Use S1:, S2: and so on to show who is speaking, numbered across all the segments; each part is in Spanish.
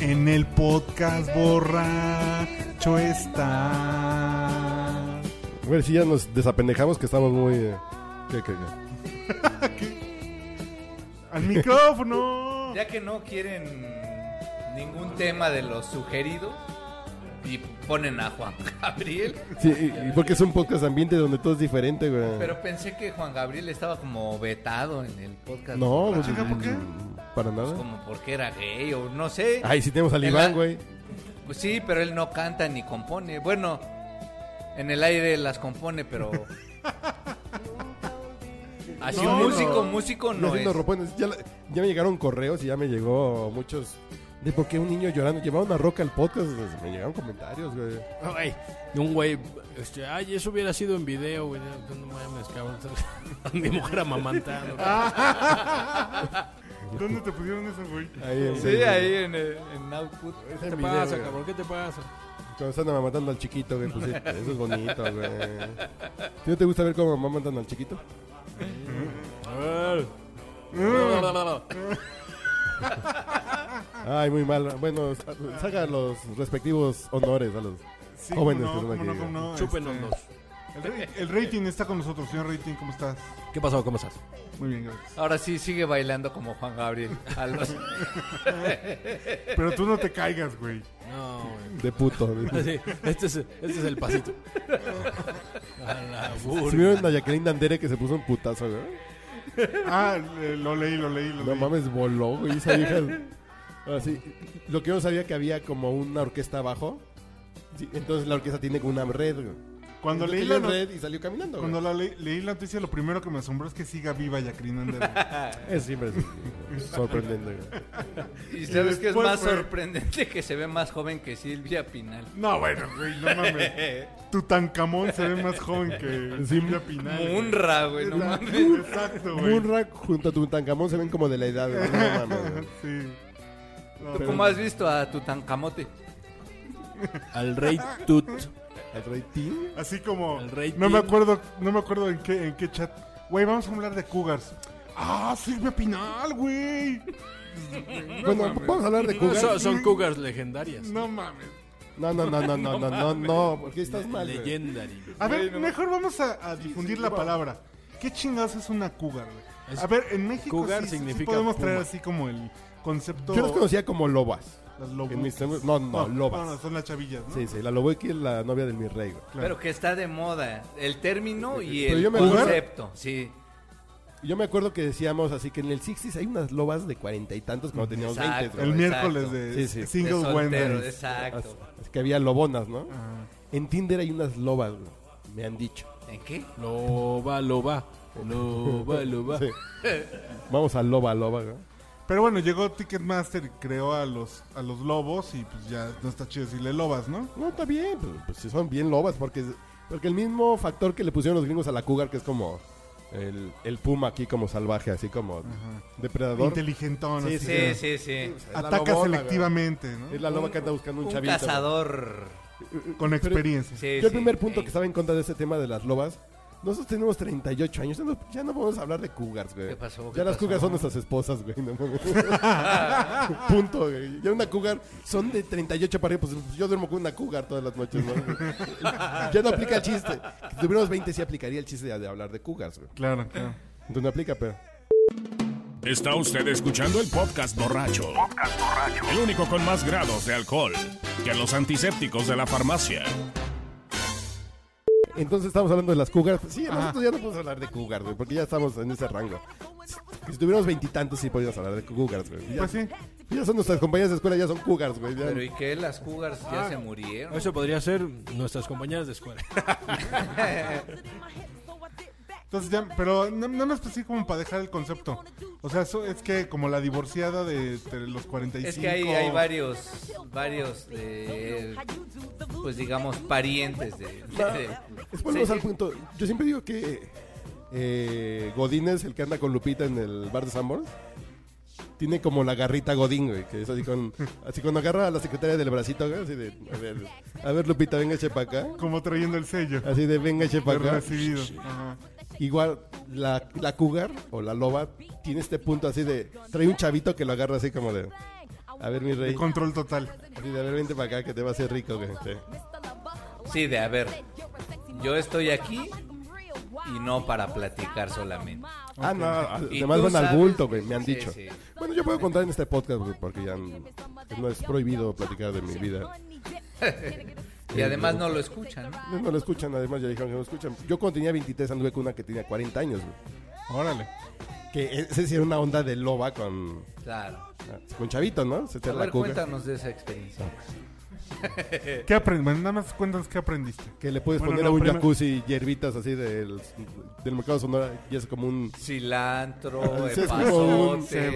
S1: En el podcast borracho está.
S2: Güey, si ya nos desapendejamos que estamos muy... eh, ¿Qué, qué, qué?
S1: Al micrófono.
S3: Ya que no quieren ningún tema de los sugeridos y ponen a Juan Gabriel,
S2: Sí, y- y porque es un podcast ambiente donde todo es diferente, güey.
S3: pero pensé que Juan Gabriel estaba como vetado en el podcast.
S2: No, güey.
S3: Pues,
S2: mm,
S1: Chica, ¿por qué?
S2: Para nada.
S3: como porque era gay o no sé.
S2: Ay, sí tenemos al
S3: En
S2: Iván,
S3: la-
S2: güey.
S3: Pues sí, pero él no canta ni compone. Bueno, en el aire las compone, pero así
S1: No, no.
S3: músico, músico
S2: Ya
S3: no es.
S2: haciendo ropones. Ya, la- ya me llegaron correos y ya me llegó muchos... De por qué un niño llorando. Llevaba una roca al podcast. pues, Me llegaron comentarios, güey.
S4: Ay, de un güey, este, ay, eso hubiera sido en video, güey. No no mames, cabrón. Mi mujer amamantando.
S1: ¿Dónde te pusieron eso, güey?
S2: Ahí en-
S3: Sí, ahí en, eh, en Output.
S4: ¿Qué te
S2: en video,
S4: pasa,
S2: güey.
S4: cabrón? ¿Qué te pasa?
S2: Cuando están amamantando al chiquito, güey. Pues, sí, eso es bonito, güey. ¿Tú no te gusta ver cómo amamantan al chiquito?
S4: Ay. No, no, no, no.
S3: Ah.
S2: Ay, muy mal. Bueno, sa- saca los respectivos honores a los...
S1: Sí,
S2: Jóvenes
S1: cómo
S2: que son
S1: no,
S2: aquí,
S1: cómo no, cómo no,
S4: Chúpenos
S1: este,
S4: dos.
S1: El, ra- el rating está con nosotros, señor rating, ¿cómo estás?
S4: ¿Qué pasó? ¿Cómo estás?
S1: Muy bien, gracias.
S3: Ahora sí sigue bailando como Juan Gabriel. A los-
S1: Pero tú no te caigas, güey.
S4: No, güey.
S2: De puto. de puto.
S4: Así, este, es, este es el pasito. A la
S2: Si
S4: burla.
S2: vieron a Jacqueline Dandere que se puso un putazo, güey.
S1: Ah, eh, lo leí, lo leí, lo
S2: No
S1: leí.
S2: mames, voló, güey, esa vieja. Así, lo que yo no sabía que había como una orquesta abajo. Sí, entonces la orquesta tiene como una red, güey.
S1: Cuando leí
S2: Ella
S1: la
S2: en
S1: no-
S2: red y salió caminando.
S1: Cuando la le- leí la noticia, lo primero que me asombró es que siga viva Jacqueline Ander.
S2: Es siempre es sorprendente, güey.
S3: y sabes que es
S1: después
S3: más
S1: fue-
S3: sorprendente que se ve más joven que Silvia Pinal.
S1: No, bueno, güey, no mames. Tutankamón se ve más joven que Silvia Pinal. güey.
S3: Munra, güey, no
S1: Exacto,
S3: mames.
S1: Exacto, güey.
S2: Munra junto a Tutankamón se ven como de la edad, güey. No mames, güey.
S1: Sí. No,
S2: Pero-
S3: ¿Cómo has visto a Tutankamote?
S4: Al rey Tut.
S2: Al rey Tim.
S1: Así como
S4: El rey
S1: no me
S4: Tim.
S1: acuerdo, no me acuerdo en qué, en qué chat. Güey, vamos a hablar de cougars. Ah, Silvia Pinal, güey.
S2: Bueno, vamos a hablar de Cougar.
S4: Son, son cougars legendarias.
S1: No mames.
S2: No, no, no, no, no, no, no, no, porque estás mal, güey.
S4: Legendary.
S1: A ver, mejor vamos a, a difundir la palabra. ¿Qué chingados es una cougar, güey?
S4: Es-
S1: A ver, en México
S4: cougar
S1: sí- sí
S4: significa
S1: podemos traer
S4: puma.
S1: así como el concepto.
S2: Yo los conocía como lobas.
S1: Las lobas.
S2: En mis tiempos- no, no, lobas.
S1: No, no, son las chavillas, ¿no?
S2: Sí, sí, la lobuki es la novia del mi rey, güey.
S3: Pero que está de moda el término y
S2: Pero
S3: el
S2: yo me acuerdo-
S3: concepto, sí.
S2: Yo me acuerdo que decíamos así que en el 60 hay unas lobas de cuarenta y tantos cuando teníamos 20.
S3: Exacto.
S2: güey.
S1: El
S3: Exacto.
S1: miércoles de
S2: Sí, sí. De
S3: De
S1: Single
S3: soltero,
S1: Wednesday.
S2: Así,
S3: exacto.
S2: así que había lobonas, ¿no? En Tinder hay unas lobas, güey, me han dicho.
S3: ¿En qué?
S4: Loba, loba. Loba, loba.
S2: Sí. Vamos a loba, loba, güey.
S1: Pero bueno, llegó Ticketmaster y creó a los, a los lobos y pues ya no está chido decirle lobas, ¿no?
S2: No, está bien, pues, pues, sí son bien lobas, porque, porque el mismo factor que le pusieron los gringos a la cougar, que es como el, el puma aquí como salvaje, así como depredador.
S1: Inteligentón,
S2: Sí,
S1: así.
S2: sí.
S3: Sí, sí, sí.
S2: Es la
S1: Ataca
S2: lobona, güey.
S1: selectivamente, ¿no?
S2: Es la loba que anda buscando un,
S3: Un
S2: chavito.
S3: cazador.
S1: Con experiencia.
S3: Sí,
S2: Yo el
S3: sí.
S2: primer punto
S3: Ey,
S2: que estaba en contra de ese tema de las lobas, nosotros tenemos 38 años, ya no, ya no podemos hablar de cougars, güey.
S3: ¿Qué pasó?
S2: Ya
S3: ¿Qué
S2: las
S3: pasó?
S2: cougars son nuestras esposas, güey. no mames. punto, güey. Ya una cougar, son de 38 para arriba, pues yo duermo con una cougar todas las noches, ¿no? ya no aplica el chiste. Si tuviéramos 20 sí aplicaría el chiste de, de hablar de cougars, güey.
S1: Claro, claro.
S2: Entonces no aplica, pero...
S5: Está usted escuchando el podcast borracho. El único con más grados de alcohol que los antisépticos de la farmacia.
S2: Entonces estamos hablando de las cougars. Sí, nosotros ya no podemos hablar de cougars, güey, porque ya estamos en ese rango. Si tuviéramos veintitantos sí podíamos hablar de cougars, güey. Ya-
S1: Pues sí.
S2: Ya son nuestras compañeras de escuela, ya son cougars, güey. ya.
S3: Pero ¿y qué? Las cougars
S2: Ah.
S3: ya se murieron.
S4: Eso podría ser nuestras compañeras de escuela.
S1: Entonces ya, pero na- nada más así como para dejar el concepto. O sea, eso es que como la divorciada de, entre los 45.
S3: Es que hay, hay varios, varios, eh, pues digamos, parientes de... de-
S2: Es volvemos
S3: Sí.
S2: al punto. Yo siempre digo que eh, Godínez, el que anda con Lupita en el bar de Sanborns, tiene como la garrita Godín, güey. Que es así con. Así cuando agarra a la secretaria del bracito, güey, así de. A ver, a ver Lupita, venga, chepa acá.
S1: Como trayendo el sello.
S2: Así de, venga, chepa
S1: de
S2: acá.
S1: recibido. Ajá.
S2: Igual la, la cougar o la loba tiene este punto así de. Trae un chavito que lo agarra así como de. A ver, mi
S1: De
S2: rey.
S1: control total.
S2: Así de, a ver, vente para acá que te va a hacer rico, güey. Sí.
S3: Sí, de a ver, yo estoy aquí y no para platicar solamente.
S2: Ah, no,
S3: Y
S2: además
S3: tú
S2: van al
S3: sabes-
S2: bulto, güey, me han
S3: Sí,
S2: dicho.
S3: sí.
S2: Bueno, yo puedo contar en este podcast, güey, porque ya n- eh, pues no es prohibido platicar de mi vida.
S3: Y además no lo escuchan. ¿no?
S2: No, no lo escuchan, además ya dijeron que no lo escuchan. Yo cuando tenía 23 anduve con una que tenía 40 años, güey.
S1: Órale.
S2: Que e, ese sí era una onda de loba con, ah,
S3: Claro.
S2: con Chavito, ¿no? Se te
S3: A
S2: la
S3: ver,
S2: cuca.
S3: cuéntanos de esa experiencia.
S1: ¿Qué aprendiste? Nada más cuentas qué aprendiste.
S2: Que le puedes
S1: Bueno,
S2: poner
S1: no,
S2: a un
S1: primero-
S2: jacuzzi hierbitas así del, del mercado sonora y es como un...
S3: Cilantro,
S2: Sí, es como un
S3: epazote,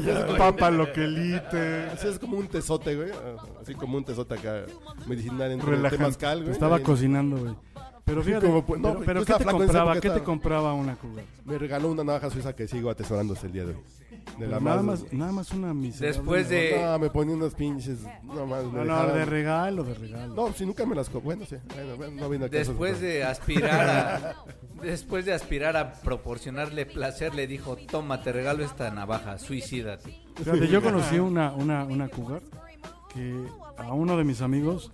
S1: Cebolla, papa loquelite.
S2: Así es como un tesote, güey. ah, Así como un tezote acá medicinal en
S1: Relajante.
S2: temazcal, güey.
S6: Estaba
S2: Ahí
S6: cocinando, güey. Pero
S2: Sí,
S6: fíjate,
S2: como, pues, no,
S6: pero,
S2: güey,
S6: pero
S2: tú
S6: ¿qué
S2: estabas
S6: te
S2: flaco en esa
S6: compraba?
S2: época,
S6: ¿Qué te
S2: estaba-
S6: compraba una cuba?
S2: Me regaló una navaja suiza que sigo atesorando hasta el día de hoy. De la
S6: Pues nada
S2: más...
S6: más, nada más una miserable.
S3: Después de...
S2: No, me ponía unos pinches... No, más, me
S6: No, no,
S2: dejaban-
S6: de regalo, de regalo.
S2: No, si nunca me las... co- Bueno, sí. Bueno, bueno, no vino a caso.
S3: Después de aspirar a... Después de aspirar a proporcionarle placer, le dijo, toma, te regalo esta navaja, suicídate.
S2: pues
S6: Fíjate, yo conocí una, una, una cougar que a uno de mis amigos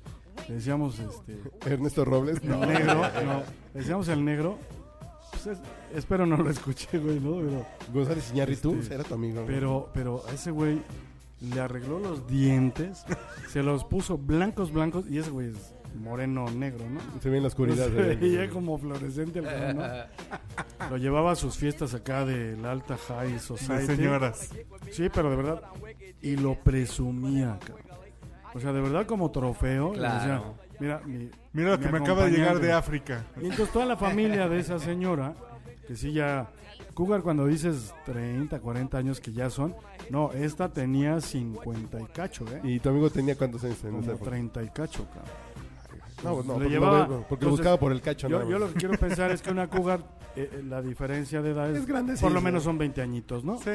S6: le decíamos este,
S2: Ernesto Robles.
S6: el negro, no, le decíamos el negro. Pues es- espero no lo escuché, güey, ¿no? Pero,
S2: González Iñárritu.
S6: Este,
S2: Era tu amigo. güey.
S6: pero, pero a ese güey le arregló los dientes, se los puso blancos, blancos, y ese güey es moreno, negro, ¿no?
S2: Se ve en la oscuridad.
S6: Se
S2: güey.
S6: veía como fluorescente el cabrón, ¿no? Lo llevaba a sus fiestas acá de la alta high
S1: De
S6: society.
S1: señoras.
S6: Sí, pero de verdad. Y lo presumía, cabrón. O sea, de verdad como trofeo. le
S3: Claro.
S6: decía, mira, mi-
S1: Mira lo
S6: mi
S1: que me acaba de llegar de
S6: acompañante".
S1: África.
S6: Y entonces toda la familia de esa señora, que sí ya... Cougar cuando dices 30, 40 años que ya son, no, esta tenía 50 y cacho, ¿eh?
S2: ¿Y tu amigo tenía cuántos años en esa
S6: Como
S2: época?
S6: 30 y cacho, cabrón.
S2: No, pues no,
S6: Le
S2: porque,
S6: llevaba-
S2: lo, porque lo
S6: entonces,
S2: buscaba por el cacho.
S6: Yo,
S2: nada
S6: yo
S2: más.
S6: lo que quiero pensar es que una cougar, eh, eh, la diferencia de edad es,
S2: Es grande, sí,
S6: por lo
S2: sí.
S6: menos son 20 añitos, ¿no?
S1: Sí.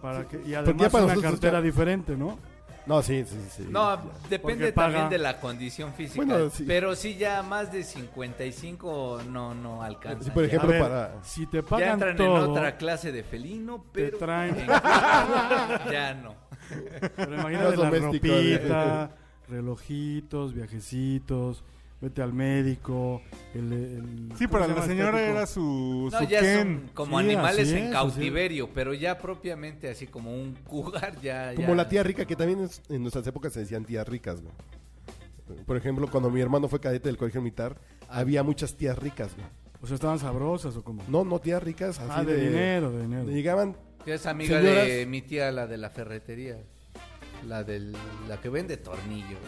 S6: Para que, y
S2: ya
S6: además
S2: para
S6: una
S2: nosotros
S6: cartera
S2: ya-
S6: diferente, ¿no?
S2: No, sí, sí, sí.
S3: No, depende
S6: Porque paga-
S3: también de la condición física.
S2: Bueno, sí.
S3: Pero sí, ya más de 55 no, no alcanza.
S2: Sí, por
S3: ya.
S6: A
S2: ejemplo, para-
S6: si te
S3: ya,
S6: pagan
S3: entran en
S6: todo,
S3: otra clase de felino, pero.
S6: traen-
S3: ya no.
S6: pero imagínate
S2: Los
S6: la
S2: domésticos,
S6: ropita, relojitos, viajecitos, vete al médico, el- el-
S1: Sí,
S6: ¿cómo
S1: para la
S6: se llama este
S1: señora
S6: estético?
S1: era su,
S2: Pues,
S3: No,
S1: su
S3: ya son
S1: Ken.
S3: como
S6: Sí,
S3: animales
S6: así
S3: en
S6: es,
S3: cautiverio, pero ya propiamente así como un cougar, ya.
S2: Como
S3: ya.
S2: la tía rica, que también es- en nuestras épocas se decían tías ricas, güey. Por ejemplo, cuando mi hermano fue cadete del colegio militar, había muchas tías ricas, güey.
S6: O sea, estaban sabrosas o como.
S2: No, no tías ricas, así
S6: ah, de, dinero, de dinero.
S2: Llegaban,
S3: Ya es amiga de
S2: Señoras.
S3: mi tía, la de la ferretería. La, del, la que vende tornillos.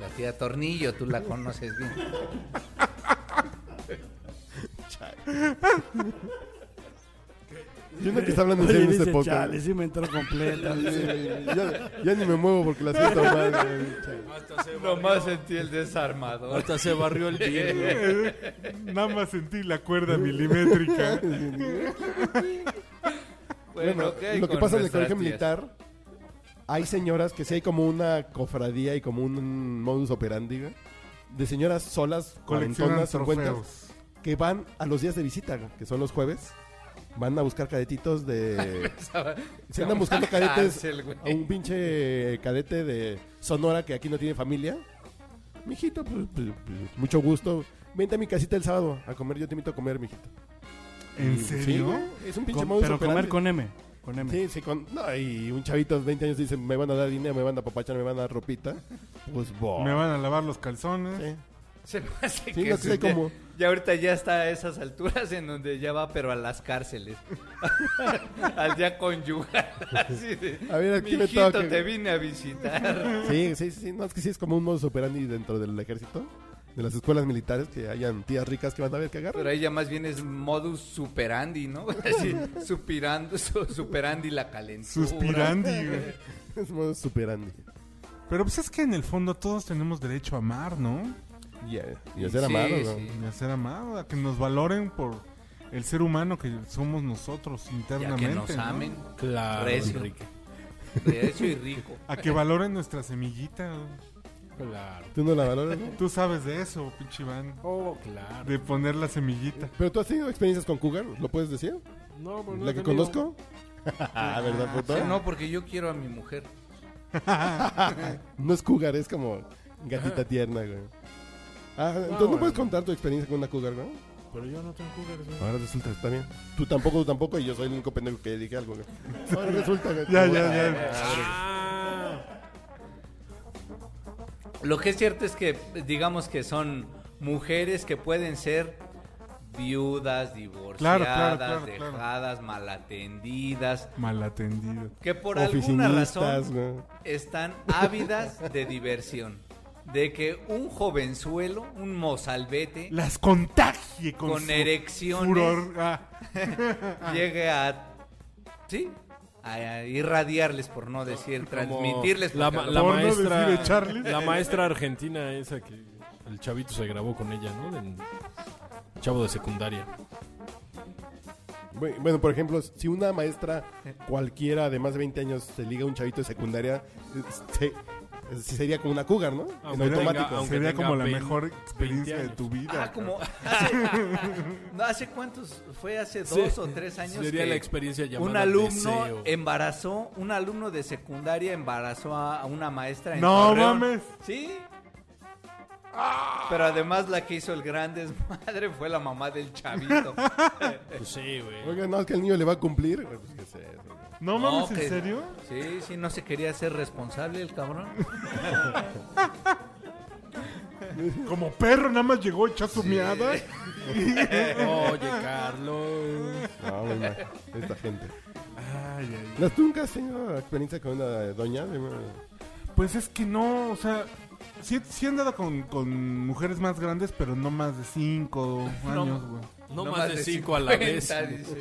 S3: La tía Tornillo, tú la conoces bien.
S2: yo no que está hablando en
S6: Oye,
S2: serio en
S6: dice,
S2: este podcast.
S6: chale, sí me entró completa.
S2: ya, ya ni me muevo porque la siento mal, güey. Chale.
S3: Nomás sentí el desarmador.
S4: Hasta se barrió el vidrio.
S1: Eh, Nada más sentí la cuerda milimétrica.
S2: Bueno, lo que pasa en el colegio militar, hay señoras que sí hay como una cofradía y como un modus operandi, güey, de señoras solas,
S1: Coleccionan
S2: cuarentonas, cincuentas,
S1: trofeos.
S2: que van a los días de visita, güey, que son los jueves. Van a buscar cadetitos de... Se andan buscando cadetes a un pinche cadete de Sonora que aquí no tiene familia. Mijito, pues, pues, pues, mucho gusto. Vente a mi casita el sábado a comer. Yo te invito a comer, mijito.
S1: ¿En
S2: Y- pues, sí,
S1: serio?
S2: güey, es un pinche
S6: Con-
S2: modus
S6: pero comer
S2: operandi.
S6: con M. Con M.
S2: Sí, sí, con... No, y un chavito de 20 años dice, me van a dar dinero, me van a papachar, me van a dar ropita. Pues,
S6: Oh.
S2: bo.
S1: Me van a lavar los calzones.
S2: Sí.
S3: Se me hace
S2: Sí,
S3: que
S2: no sé
S3: sí, ya-
S2: cómo.
S3: Ya ahorita ya está a esas alturas en donde ya va, pero a las cárceles. Al ya conyugar. Así de,
S2: A ver, aquí me
S3: "Mijito,
S2: toca".
S3: te vine a visitar.
S2: Sí, sí, sí, sí. No, es que sí es como un modus operandi dentro del ejército. De las escuelas militares que hayan tías ricas que van a ver que agarran.
S3: Pero ahí ya más bien es modus superandi, ¿no? Así, supirando, su- superandi la calentura.
S1: Suspirandi, güey.
S2: Es un modus operandi.
S1: Pero pues es que en el fondo todos tenemos derecho a amar, ¿no?
S2: Yeah. Y hacer
S3: Sí,
S2: amado, ¿no?
S3: sí.
S1: Y a ser amado, a que nos valoren por el ser humano que somos nosotros
S3: Ya que
S1: internamente.
S3: nos
S1: ¿no?
S3: amen.
S4: Claro,
S3: Recio.
S4: Ah, Enrique.
S3: Recio y rico.
S1: A que valoren nuestra semillita.
S4: Claro.
S2: Tú no la valoras, ¿no?
S1: Tú sabes de eso, pinche Iván.
S4: Oh, claro.
S1: De poner la semillita.
S2: Pero tú has tenido experiencias con Cougar, ¿lo puedes decir?
S4: No, pues no
S2: ¿La
S4: he
S2: que
S4: tenido-
S2: conozco? Ah, ¿verdad, puto?
S3: Sí, no, porque yo quiero a mi mujer.
S2: No es cougar, es como gatita tierna, güey. Ah, entonces no
S4: bueno.
S2: puedes contar tu experiencia con una cougar, güey.
S4: Pero yo no tengo cougars, güey.
S2: Ahora resulta que también. Tú tampoco, tú tampoco, y yo soy el único pendejo que dije algo, güey. Ahora resulta que.
S1: Ya, ya, ya.
S4: Ah,
S3: Lo que es cierto es que, digamos que son mujeres que pueden ser viudas, divorciadas,
S1: claro, claro.
S3: dejadas, malatendidas,
S1: Malatendido.
S3: que por alguna
S2: Oficinistas,
S3: razón
S2: güey.
S3: están ávidas de diversión. De que un jovenzuelo, un mozalbete,
S1: Las contagie con,
S3: Con
S1: su
S3: erecciones.
S1: furor. Ah,
S3: llegue a. ¿Sí? A irradiarles, por no decir, transmitirles.
S4: La,
S3: porque a
S4: ma-
S3: lo
S4: la
S1: Por no
S4: maestra,
S1: decir echarles.
S4: la maestra argentina esa que el chavito se grabó con ella, ¿no? Del chavo de secundaria.
S2: Bue- Bueno, por ejemplo, si una maestra cualquiera de más de 20 años se liga a un chavito de secundaria, eh, se- eh, sería como una cougar, ¿no? en
S4: tenga-
S2: automático.
S4: aunque
S1: sería
S4: tenga
S1: como la
S4: 20
S1: mejor experiencia de
S4: años.
S1: tu vida.
S3: Ah, como hace, no, ¿hace cuántos, fue hace dos
S4: Sí.
S3: o tres años
S4: Sería
S3: que
S4: la experiencia llamada
S3: un alumno
S4: deseo.
S3: embarazó, un alumno de secundaria embarazó a a una maestra en
S1: No
S3: Torreón.
S1: mames.
S3: Sí.
S6: Ah.
S3: Pero además la que hizo el gran desmadre fue la mamá del chavito.
S4: Pues sí, güey.
S2: Oiga, no, es que el niño le va a cumplir. Bueno, pues, que se-
S1: No mames,
S3: que-
S1: ¿en serio?
S3: Sí, sí, no se quería ser responsable el cabrón.
S1: Como perro, nada más llegó, echó su miada.
S4: Oye, Carlos.
S2: No, me imagino, esta gente.
S1: Ay, ay,
S2: ¿No, ¿Tú nunca has tenido experiencia con una doña?
S1: Pues es que no, o sea, sí, sí he andado con, con mujeres más grandes, pero no más de 5
S4: No.
S1: años, güey.
S4: No, más, de cinco a la vez.
S3: 50, dice.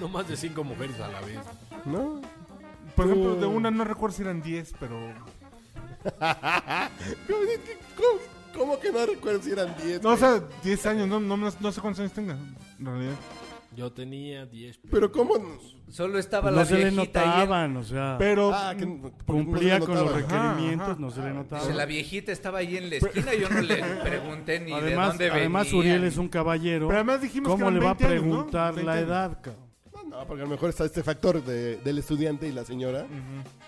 S4: No más de cinco mujeres a la vez.
S2: No.
S1: Por
S2: Tú-
S1: ejemplo, de una no recuerdo si eran 10, pero...
S2: ¿Cómo, cómo- cómo que no recuerdo si eran 10?
S1: No, o sea, 10 años, no, no, no sé cuántos años tenga, en realidad.
S4: Yo tenía 10.
S2: Pero cómo...
S3: Solo estaba
S6: Pues
S3: la
S6: no se le
S3: viejita ahí en-
S6: notaban, o sea,
S1: Pero...
S2: Ah, que- porque no
S6: cumplía
S2: se
S6: con los
S2: notaba.
S6: requerimientos,
S1: Ajá,
S6: no se le notaba.
S3: Pues la viejita estaba ahí en la esquina, yo no le pregunté ni de
S6: Además,
S3: dónde venía.
S6: además Uriel es un caballero.
S1: Pero además dijimos que
S6: ¿Cómo
S1: eran
S6: le va a
S1: 20 años, ¿no?
S6: preguntar
S1: 20
S6: la
S1: años.
S6: edad, cabrón?
S2: No, No, porque a lo mejor está este factor de- del estudiante y la señora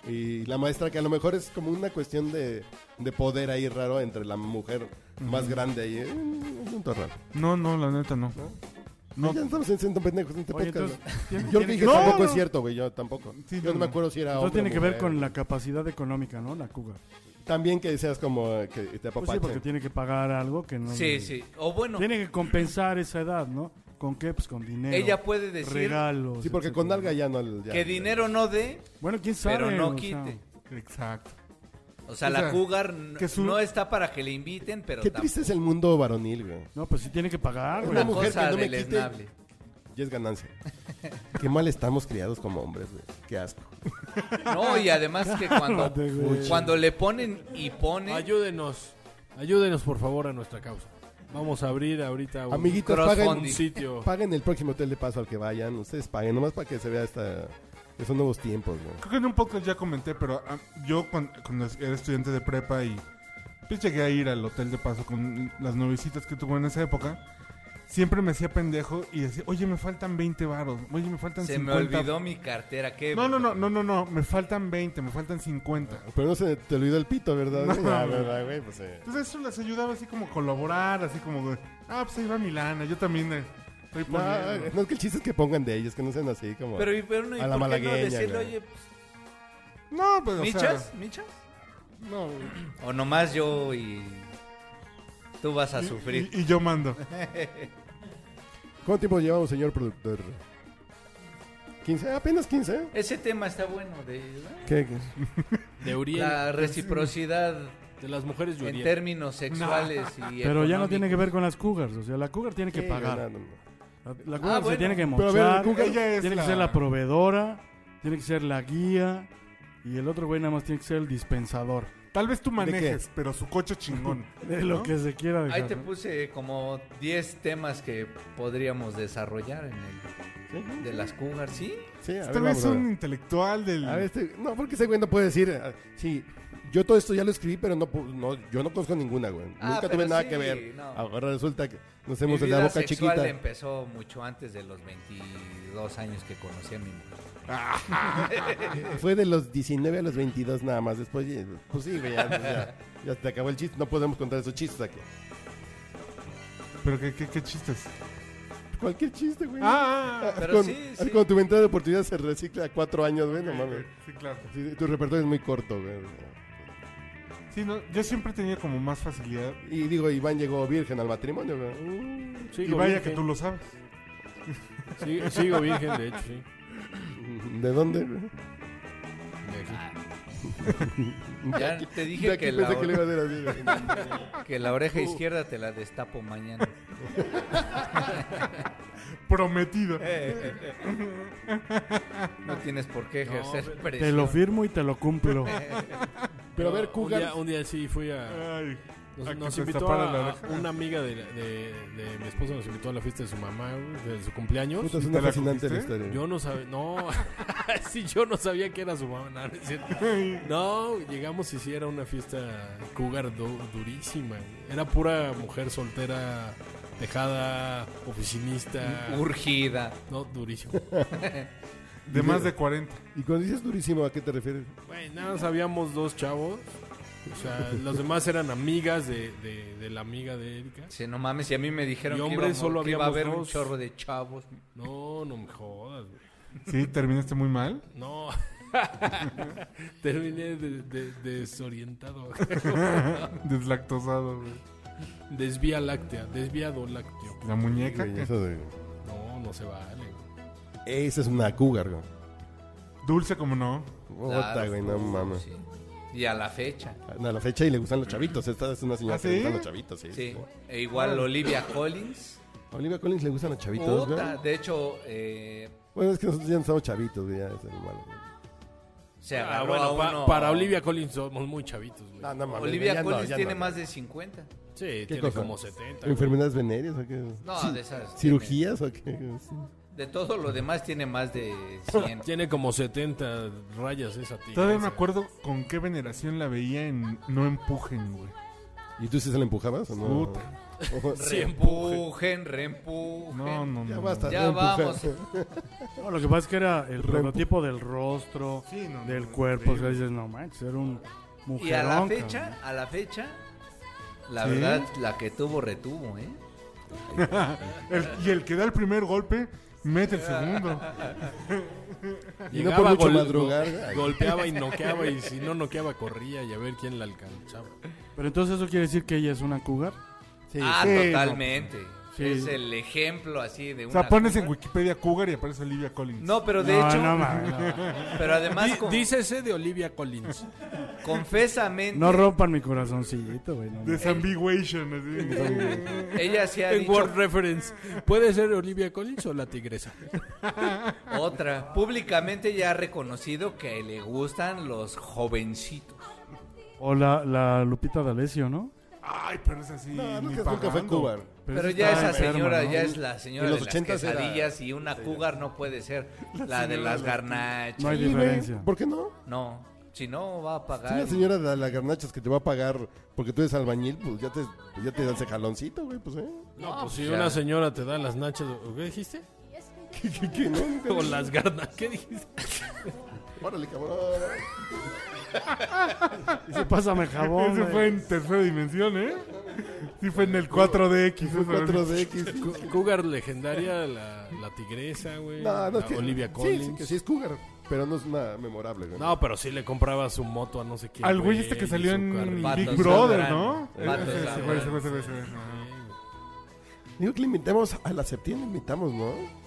S2: y la maestra, que a lo mejor es como una cuestión de, de poder ahí raro entre la mujer más grande ahí. eh, Es un torrón.
S1: No, no, la neta no. No,
S2: Ya estamos en siendo pendejos en este
S6: Oye,
S2: podcast.
S6: entonces,
S2: ¿no?
S6: tiene-
S2: Yo lo que
S6: tiene-
S2: dije
S1: no,
S2: tampoco
S1: no.
S2: es cierto, güey. Yo tampoco.
S1: Sí,
S2: yo no,
S1: no, no.
S2: me acuerdo si era
S6: Eso
S2: hombre
S6: tiene
S2: o
S6: que ver
S2: mujer.
S6: con la capacidad económica, ¿no? La cougar.
S2: También que seas como eh, que te
S6: Pues sí,
S2: apapachen.
S6: porque tiene que pagar algo que no...
S3: Sí, sí. O bueno,
S6: Tiene que compensar esa edad, ¿no? ¿Con qué? Pues con dinero.
S3: ella puede decir
S6: Regalos.
S2: Sí, porque con
S6: etcétera.
S2: alga ya no... ya-
S3: que dinero no dé,
S6: Bueno, quién sabe.
S3: pero no
S6: o sea,
S3: quite.
S1: exacto.
S3: O sea,
S1: O
S3: la
S1: sea,
S3: cougar n-
S1: que su-
S3: no está para que le inviten, pero
S2: Qué
S3: tampoco.
S2: triste es el mundo varonil, güey.
S6: no, pues sí tiene que pagar,
S2: Una
S6: güey.
S3: Una
S2: mujer que
S3: cosa
S2: no me quite.
S3: deleznable.
S2: Ya es ganancia. Qué mal estamos criados como hombres, güey. Qué asco.
S3: No, y además que cuando,
S6: Cálmate, güey.
S3: cuando le ponen y
S4: Ah,
S3: ponen,
S4: Ayúdenos. Ayúdenos, por favor, a nuestra causa. Vamos a abrir ahorita un,
S2: Amiguitos,
S4: un
S2: paguen,
S3: Crowdfunding.
S4: sitio.
S2: paguen el próximo hotel de paso al que vayan. Ustedes paguen, nomás para que se vea esta... que son nuevos tiempos, güey.
S1: Creo que en un podcast ya comenté, pero ah, yo cuan- cuando, era estudiante de prepa y pues llegué a ir al hotel de paso con las novicitas que tuve en esa época, siempre me hacía pendejo y decía, oye, me faltan 20 varos, oye, me faltan
S3: se me
S1: 50.
S3: olvidó mi cartera. Qué
S1: No, no, no, no, no, no, me faltan 20, me faltan 50.
S2: Pero no se te olvidó el pito, ¿verdad?
S1: No.
S2: Ya, ¿verdad, güey? Pues, eh.
S1: Entonces eso les ayudaba así como colaborar, así como, de, ah, pues ahí va Milana, yo también eh, estoy
S2: No,
S6: Pues
S2: eh,
S1: poniendo.
S2: no, es que el chiste es que pongan de ellos, que no sean así como...
S3: Pero, y, pero, ¿y
S2: A la
S3: por qué no
S2: malagueña,
S3: decirle,
S2: güey.
S3: oye, pues,
S1: No, pero o sea,
S3: ¿michas? ¿Michas?
S1: no,
S3: O nomás yo y tú vas a sufrir.
S1: y, y yo mando.
S2: ¿Cuánto tiempo llevamos, señor productor? ¿15? Apenas 15.
S3: Ese tema está bueno de
S2: ¿Qué? qué?
S4: De Uriel.
S3: la reciprocidad
S4: De las mujeres de
S3: en
S4: Uriel.
S3: términos sexuales y
S6: Pero ya no tiene que
S3: económicos.
S6: ver con las cougars. O sea, la cougar tiene que
S2: Sí,
S6: pagar.
S2: no, no, no.
S6: La, la cougar
S3: Ah, bueno.
S6: se tiene que
S2: Pero a ver, la
S6: mochar.
S2: cougar
S1: ella es
S6: Tiene que ser la proveedora. Tiene que ser la guía. Y el otro güey nada más tiene que ser el dispensador.
S1: Tal vez tú
S2: qué?
S1: manejes, pero su coche chingón.
S6: De lo
S1: ¿no?
S6: que se quiera dejar.
S3: Ahí te
S6: ¿no?
S3: puse como 10 temas que podríamos desarrollar en el de las cougars, ¿sí?
S2: Sí, a
S1: Este
S2: ver,
S1: güey
S2: vamos
S1: es
S2: a ver.
S1: un intelectual del...
S2: A ver, este- no, porque ese güey no puede decir. ah, Sí, yo todo esto ya lo escribí, pero no, pu- no yo no conozco ninguna, güey.
S3: Ah,
S2: Nunca
S3: pero
S2: tuve nada
S3: sí,
S2: que ver.
S3: no.
S2: Ahora resulta que nos
S3: Mi
S2: hemos de la
S3: vida
S2: boca
S3: sexual
S2: chiquita.
S3: empezó mucho antes de los 22 años que conocí a mi mujer.
S2: Fue de los 19 a los 22 nada más. Después, ya- pues sí, güey, ya, ya, ya te acabó el chiste. No podemos contar esos chistes aquí.
S1: Pero qué, qué, qué chistes.
S2: Cualquier chiste, güey.
S1: Ah, ah,
S2: Ah,
S1: ah.
S3: pero
S2: con-
S3: sí,
S2: ah,
S3: sí.
S2: Cuando tu ventana de oportunidad se recicla a cuatro años, güey, no mames.
S1: Sí, claro.
S2: Sí, tu repertorio es muy corto, güey.
S1: Sí, no, yo siempre tenía como más facilidad.
S2: Y digo, Iván llegó virgen al matrimonio, güey.
S1: Y
S4: Sigo
S1: vaya que
S2: eh.
S4: virgen.
S1: tú lo sabes.
S4: Sí, sigo virgen, de hecho, sí.
S2: ¿De dónde? güey?
S4: De aquí.
S3: Ya te
S2: De
S3: dije
S2: aquí
S3: que la,
S2: pensé que le iba
S3: ore-
S2: a Uh. decir así, güey.
S3: que la oreja izquierda te la destapo mañana.
S1: Prometido.
S3: No tienes por qué ejercer
S6: Te lo
S3: presión.
S6: firmo y te lo cumplo.
S2: Pero a ver,
S4: un
S2: Cougar.
S4: día, un día sí fui a...
S1: Ay, Eh, a
S4: Nos,
S1: que
S4: nos
S1: te
S4: invitó
S1: tapara
S4: a,
S1: la
S4: a
S1: oreja.
S4: una amiga de, la- de- de mi esposa, nos invitó a la fiesta de su mamá, güey, de su cumpleaños.
S2: Puta, es
S1: ¿Y
S2: una
S1: te la
S2: fascinante la
S1: cogiste?
S2: historia.
S4: Yo no sabía, no, sí, yo no sabía que era su mamá, no, no es cierto. No, llegamos y sí era una fiesta cougar du- durísima. Era pura mujer soltera, tejada, oficinista.
S3: Urgida.
S4: No, durísimo.
S1: de más de 40.
S2: Y cuando dices durísimo, ¿a qué te refieres?
S4: Güey, nada, más habíamos dos chavos. O sea, los demás eran amigas de, de- de la amiga de Erika.
S3: Si no mames, si a mí me dijeron
S4: Y
S3: que,
S4: hombres,
S3: íbamos-
S4: solo
S3: que iba a
S4: habíamos
S3: haber un
S4: dos.
S3: chorro de chavos.
S4: No, no me jodas, güey.
S1: Sí, terminaste muy mal.
S4: No. Terminé de- de- desorientado.
S1: Deslactosado, güey.
S4: Desvía láctea, desviado lácteo.
S1: La muñeca. eh,
S2: Güey,
S1: ¿qué?
S2: eso de-
S4: No, no se vale. güey.
S2: Esa es una cougar, güey.
S1: Dulce como no.
S2: Puta,
S3: Claro,
S2: güey, no
S3: sí.
S2: mames.
S3: Y a la fecha.
S2: A la fecha y le gustan los chavitos. Esta es una señora
S1: ¿Ah,
S2: que le
S1: sí?
S2: gustan los chavitos, sí.
S3: Sí. E igual Olivia Collins.
S2: A Olivia Collins le gustan los chavitos, güey.
S3: Puta, de hecho, eh,
S2: Bueno, es que nosotros ya no somos chavitos, güey. Ya es el malo, güey.
S3: se
S4: Ah,
S3: agarró
S4: bueno,
S3: a
S4: pa-
S3: uno-
S4: para Olivia Collins somos muy chavitos, güey.
S2: No, no mames,
S3: Olivia
S2: ya no,
S3: Collins
S2: ya
S3: tiene
S2: no.
S3: más de 50.
S4: Sí, tiene
S2: cosa?
S4: como 70. güey.
S2: ¿Enfermedades venéreas o qué?
S3: No,
S2: Sí.
S3: de esas.
S2: ¿Cirugías o qué? Sí.
S3: tiene- de todo lo demás tiene más de 100.
S4: Tiene como 70 rayas esa tía.
S1: Todavía me
S4: esa.
S1: acuerdo con qué veneración la veía en No Empujen, güey.
S2: ¿Y tú sí se la empujabas o no?
S1: Puta.
S2: Ojo,
S3: reempujen, reempujen.
S1: No, no, no.
S2: Ya
S1: no.
S2: basta.
S3: Ya
S2: de empujar.
S3: vamos.
S6: No, lo que pasa es que era el prototipo del rostro,
S1: Sí, no, no,
S6: del
S1: no,
S6: cuerpo. O sea,
S1: increíble.
S6: dices, no manches, era un mujerón.
S3: Y a la
S6: cabrón.
S3: fecha, a la fecha, la
S1: ¿Sí?
S3: verdad, la que tuvo, retuvo, ¿eh?
S1: El- y el que da el primer golpe, mete el segundo.
S2: Y no
S4: Llegaba,
S2: por mucho
S4: gol-
S2: madrugar. Ay,
S4: Golpeaba y noqueaba y si no noqueaba corría y a ver quién la alcanzaba.
S6: Pero entonces eso quiere decir que ella es una cougar.
S2: sí,
S3: ah,
S2: sí,
S3: totalmente.
S6: Sí.
S3: Es el ejemplo así de
S1: O
S3: una.
S1: sea, pones en
S3: cougar.
S1: Wikipedia Cougar y aparece Olivia Collins.
S3: No, pero de
S6: no,
S3: hecho,
S6: no, mames, no,
S3: pero además,
S4: Di-
S3: con-
S4: Dícese de Olivia Collins.
S3: confesamente,
S6: No rompan mi corazoncillito, güey. no mames.
S1: Desambiguation. así.
S3: ella se ha
S4: En Word
S3: dicho
S4: Reference. ¿Puede ser Olivia Collins o la tigresa?
S3: otra. Públicamente ya ha reconocido que le gustan los jovencitos.
S6: O la, la Lupita D'Alessio, ¿no?
S1: Ay, pero es así.
S2: Ah, No,
S1: ni
S2: nunca, nunca fue
S1: pagando.
S2: Cuba.
S6: Pero
S3: Pero
S6: esa
S3: ya
S6: estaba
S3: esa
S6: enferma,
S3: señora
S6: ¿no?
S3: ya es la señora
S2: En los
S3: de las
S2: 80s era-
S3: quesadillas y una cougar no puede ser la, de las garnachas.
S6: No hay
S2: Sí, güey,
S6: diferencia.
S2: ¿Por qué no?
S3: No, si no va a
S2: Si una
S3: pagar.
S2: señora de las garnachas que te va a pagar porque tú eres albañil, pues ya te, ya te da ese jaloncito, güey, pues, ¿eh?
S4: No, pues si
S3: ya.
S4: una señora te da las nachas, ¿o ¿qué dijiste?
S2: ¿Qué, qué, qué? No, nunca-
S4: O las garnas, ¿qué dijiste?
S2: Órale, cabrón.
S6: Dice, pásame jabón.
S1: Ese
S6: güey.
S1: fue en tercera dimensión, ¿eh? Sí, fue en el 4DX. eso, ¿no?
S2: 4DX.
S4: Cu- Cougar legendaria, la, la tigresa, güey.
S2: No, no,
S4: la
S2: es que-
S4: Olivia
S2: sí,
S4: Collins.
S2: sí, que sí es Cougar, pero no es una memorable, güey.
S4: No, pero sí le compraba su moto a no sé quién.
S1: Al güey
S4: güey,
S1: este que
S4: y
S1: salió
S4: su
S1: en
S4: carrito.
S1: Big
S3: Pato
S1: Brother,
S3: Zambrano.
S1: ¿no?
S3: Pato
S1: Ese- ese güey, ese güey, ese güey, ese güey, ese güey.
S2: Digo que le invitamos a la septiembre, invitamos, ¿no?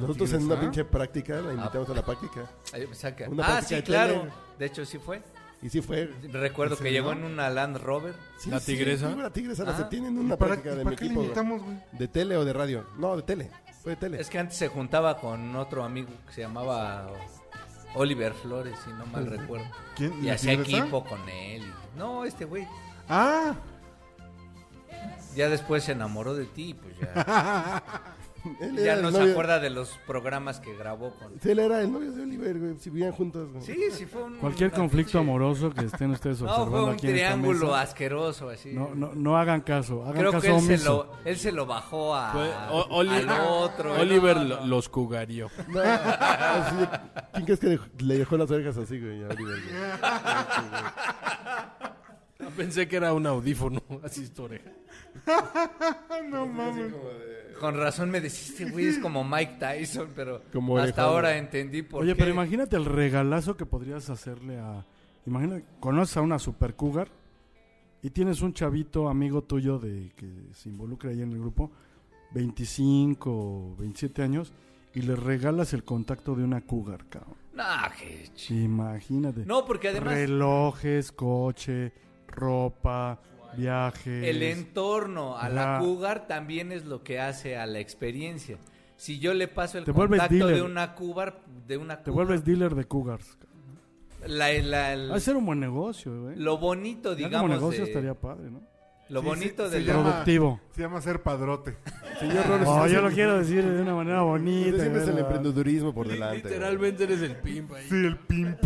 S2: Nosotros en
S1: tigresa?
S2: una
S1: Ah.
S2: pinche práctica, la invitamos a la práctica.
S3: Ay, saca.
S2: Una
S3: Ah,
S2: plática
S3: sí,
S2: de
S3: claro.
S2: tele.
S3: De hecho, sí fue.
S2: Y sí fue.
S3: Recuerdo que llegó en una Land Rover.
S2: Sí,
S4: ¿La
S2: sí,
S4: tigresa?
S2: sí, la tigresa, la
S3: Ah.
S2: septiembre en
S1: ¿Y
S2: una
S1: para,
S2: práctica
S1: y
S2: de mi
S1: para qué le
S2: equipo. güey.
S1: invitamos, güey?
S2: ¿De tele o de radio? No, de tele. Fue de tele.
S3: Es que antes se juntaba con otro amigo que se llamaba Oliver Flores, si no mal recuerdo.
S1: ¿Quién?
S3: Y
S1: ¿La
S3: hacía
S1: tigresa?
S3: equipo con él. y- No, este güey.
S1: Ah,
S3: Ya después se enamoró de ti, pues ya.
S2: Él
S3: Ya
S2: el
S3: no se
S2: novio-
S3: acuerda de los programas que grabó con...
S2: Él era el novio de Oliver, güey. Si vivían juntos, güey.
S3: Sí, sí fue un...
S6: Cualquier
S3: una
S6: conflicto
S3: pinche-
S6: amoroso que estén ustedes
S3: No,
S6: observando
S3: fue un
S6: aquí en esta
S3: triángulo
S6: mesa,
S3: asqueroso así.
S6: no, no, no hagan caso, hagan
S3: Creo
S6: caso
S3: que él se,
S6: omiso.
S3: lo, él se lo bajó a,
S4: Fue-
S2: Ah,
S4: o- Oli-
S3: al otro. ¿eh?
S4: Oliver
S3: No, no.
S4: lo- los cugarió.
S2: No, así de- ¿Quién crees que dej- le dejó las orejas así, güey? a Oliver, güey?
S4: Pensé que era un audífono, así es tu oreja.
S1: No mames.
S3: Con razón me deciste, güey, es como Mike Tyson, pero
S2: Como
S3: hasta
S2: orejón.
S3: ahora entendí por
S6: Oye,
S3: qué.
S6: pero imagínate el regalazo que podrías hacerle a... Imagina, conoces a una super cougar y tienes un chavito amigo tuyo de que se involucra ahí en el grupo, 25 o 27 años, y le regalas el contacto de una cougar, cabrón.
S3: No, qué ch-
S6: Imagínate.
S3: No, porque además
S6: Relojes, coche, ropa, viajes.
S3: el entorno a la
S6: Ajá.
S3: cougar también es lo que hace a la experiencia. Si yo le paso el
S6: Te vuelves
S3: contacto de
S6: dealer.
S3: una cougar, de una
S6: Te
S3: cougar,
S6: vuelves dealer de cougars. cabrón.
S3: la- la- el-
S6: Ha de ser un buen negocio, ¿eh?
S3: lo bonito,
S6: Ya como
S3: digamos,
S6: negocio
S3: de-
S6: estaría padre, ¿no?
S3: lo
S1: Sí,
S3: bonito
S1: sí,
S3: de
S1: sí,
S3: la-
S1: llama-
S6: Productivo.
S1: Se llama ser padrote.
S2: Señor Robles, usted
S6: No, yo lo
S2: siempre-
S6: quiero decir de una manera bonita.
S2: usted siempre es el
S6: ¿verdad?
S2: emprendedurismo por delante. güey.
S4: Literalmente eres el pimp ahí.
S1: Sí, el pimp.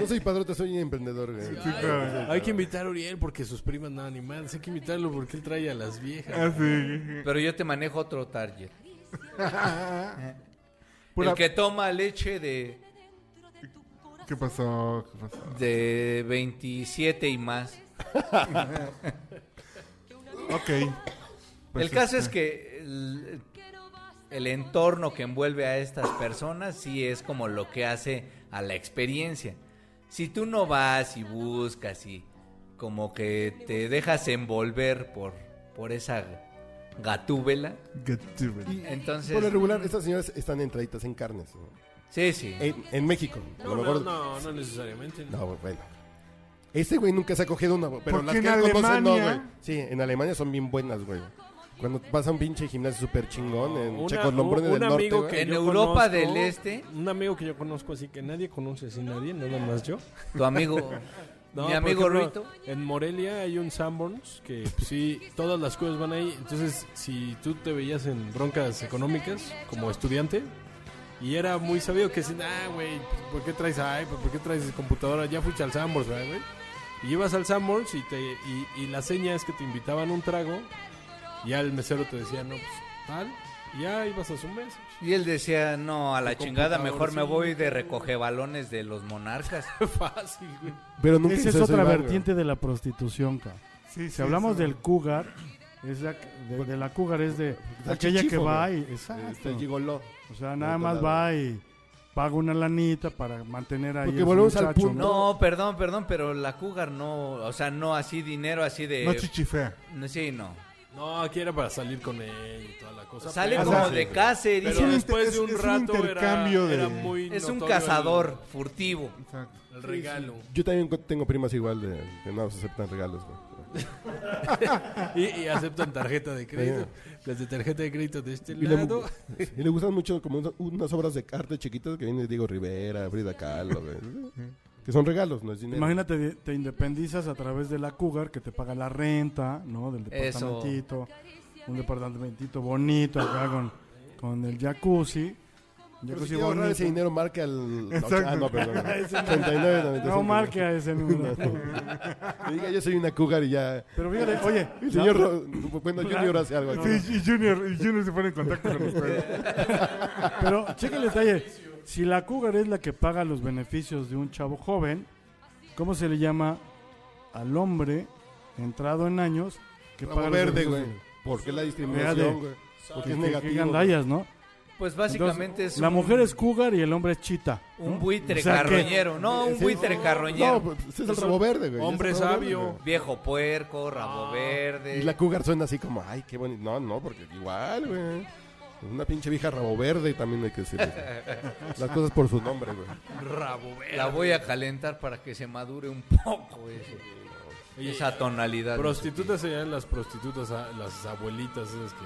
S2: No soy padrote, soy emprendedor, güey.
S1: Sí, claro.
S4: Hay que invitar a Uriel porque sus primas no animales. Hay que invitarlo porque él trae a las viejas.
S1: Ah, sí.
S3: Pero yo te manejo otro target.
S1: Pura-
S3: El que toma leche de,
S1: ¿Qué pasó? ¿Qué pasó?
S3: de 27 y más.
S1: Ok. Pues,
S3: el caso es
S1: este,
S3: que el, el entorno que envuelve a estas personas sí es como lo que hace a la experiencia. Si tú no vas y buscas y como que te dejas envolver por, por esa gatúbela,
S1: Get to it.
S3: entonces...
S2: Por lo regular, estas señoras están entraditas en carnes. ¿no?
S3: Sí, sí.
S2: En, en México. A
S4: No,
S2: lo
S4: no,
S2: mejor.
S4: no, no necesariamente.
S2: No, güey, bueno. Este güey nunca se ha cogido una, güey, pero
S1: Porque
S2: las que
S1: en
S2: él conoce no,
S1: Alemania-
S2: güey. Sí, en Alemania son bien buenas, güey. Cuando pasa un pinche gimnasio súper chingón en Checoslombrones del Norte, güey.
S3: En Europa del Este.
S4: Un amigo que yo conozco, así que nadie conoce así nadie, nada más yo.
S3: Tu amigo...
S4: No,
S3: mi
S4: por
S3: amigo
S4: ejemplo,
S3: Ruito.
S4: En Morelia hay un Sanborns que pues, sí, todas las cosas van ahí. Entonces, si tú te veías en broncas económicas como estudiante, y era muy sabido que decían, ah, güey, ¿por qué traes iPad? ¿Por qué traes computadora? Ya fuiste al Sanborns, ¿verdad, güey? Y ibas al Sanborns y, te, y, y la seña es que te invitaban un trago y al mesero te decía, no, pues tal, y ya ibas a su mesa.
S3: Y él decía, no, a la
S4: Tu
S3: chingada,
S4: computadora,
S3: mejor me
S4: sí.
S3: voy de recoge balones de los monarcas.
S4: Fácil, güey.
S2: Pero nunca hizo
S6: Esa es
S2: eso,
S6: otra
S2: Iván, güey.
S6: vertiente de la prostitución, cabrón.
S1: Sí,
S6: Si
S1: sí,
S6: hablamos
S1: eso.
S6: del cougar, es la- de, de la cougar es de
S2: Está
S6: aquella que
S2: chichifo,
S6: va y...
S2: güey.
S6: Exacto.
S2: Este gigoló.
S6: O sea,
S2: De
S6: nada
S2: otro
S6: más
S2: lado.
S6: va y paga una lanita para mantener ahí
S2: Porque
S6: a su
S2: volvemos al
S6: muchacho,
S2: punto.
S3: No, perdón, perdón, pero la cougar no, o sea, no así dinero, así de...
S1: No chichifea.
S3: No, sí, no.
S4: No, aquí era para salir con él y toda la cosa.
S3: Sale
S4: pero-
S3: como
S1: sí,
S3: de
S2: pero-
S3: Cáceres.
S4: Pero
S1: Es un
S4: después
S1: inter-
S4: de un
S1: es- es un
S4: rato era-
S1: intercambio
S4: era,
S1: de-
S4: muy
S3: es un
S4: notorio
S3: cazador furtivo.
S1: Exacto.
S4: El, el regalo.
S2: Yo también co- tengo primas igual de que no se aceptan regalos, güey.
S4: Y, y aceptan tarjeta de crédito. Las de tarjeta de crédito de este
S2: Y le,
S4: lado.
S2: y le gustan mucho como unas- unas obras de arte chiquitas que viene Diego Rivera, Frida Kahlo, güey. Que son regalos, no es dinero.
S6: Imagínate, de- te independizas a través de la cougar que te paga la renta, ¿no? Del
S3: Eso.
S6: departamentito. Un departamentito bonito acá con, con el jacuzzi. Un
S2: Pero si
S6: Jacuzzi
S2: quiere ahorrar ese
S6: bonito.
S2: dinero, marque al...
S1: Exacto.
S2: Ah, no, perdón. 39.95.
S6: No marque a ese número.
S2: Que diga, yo soy una cougar y ya...
S6: Pero fíjate, oye,
S2: El
S6: ya-
S2: señor... Ro- Bueno, Junior hace algo aquí.
S1: Sí, y Junior, y Junior se pone en contacto con ustedes.
S6: pero checa el detalle. Si la cougar es la que paga los beneficios de un chavo joven, ¿cómo se le llama al hombre entrado en años que
S2: Ramo
S6: paga los
S2: verde,
S6: beneficios
S2: güey.
S6: de-
S2: ¿Por qué la
S6: Verde.
S2: discriminación, güey? Porque
S6: Qué-
S2: es
S6: qué- qué
S2: negativo.
S6: gandallas, ¿no?
S3: Pues básicamente
S6: Entonces,
S3: es
S6: la
S3: un,
S6: mujer es cougar y el hombre es chita. ¿no?
S3: un buitre
S6: O sea, que-
S3: carroñero. No, un
S2: Sí,
S3: buitre
S2: No,
S3: carroñero.
S2: pues ese es el rabo verde, güey.
S4: Hombre
S2: Ese es el rabo
S4: sabio.
S2: verde, güey.
S3: Viejo puerco, rabo verde.
S2: Y la cougar suena así como, ay, qué bonito. No, no, porque igual, güey. Una pinche vieja rabo verde también hay que decir. Las cosas por su nombre, güey.
S4: Rabo verde.
S3: La voy a calentar para que se madure un poco ese-
S4: Oye,
S3: esa tonalidad.
S4: Prostitutas serían las prostitutas, ah, las abuelitas esas que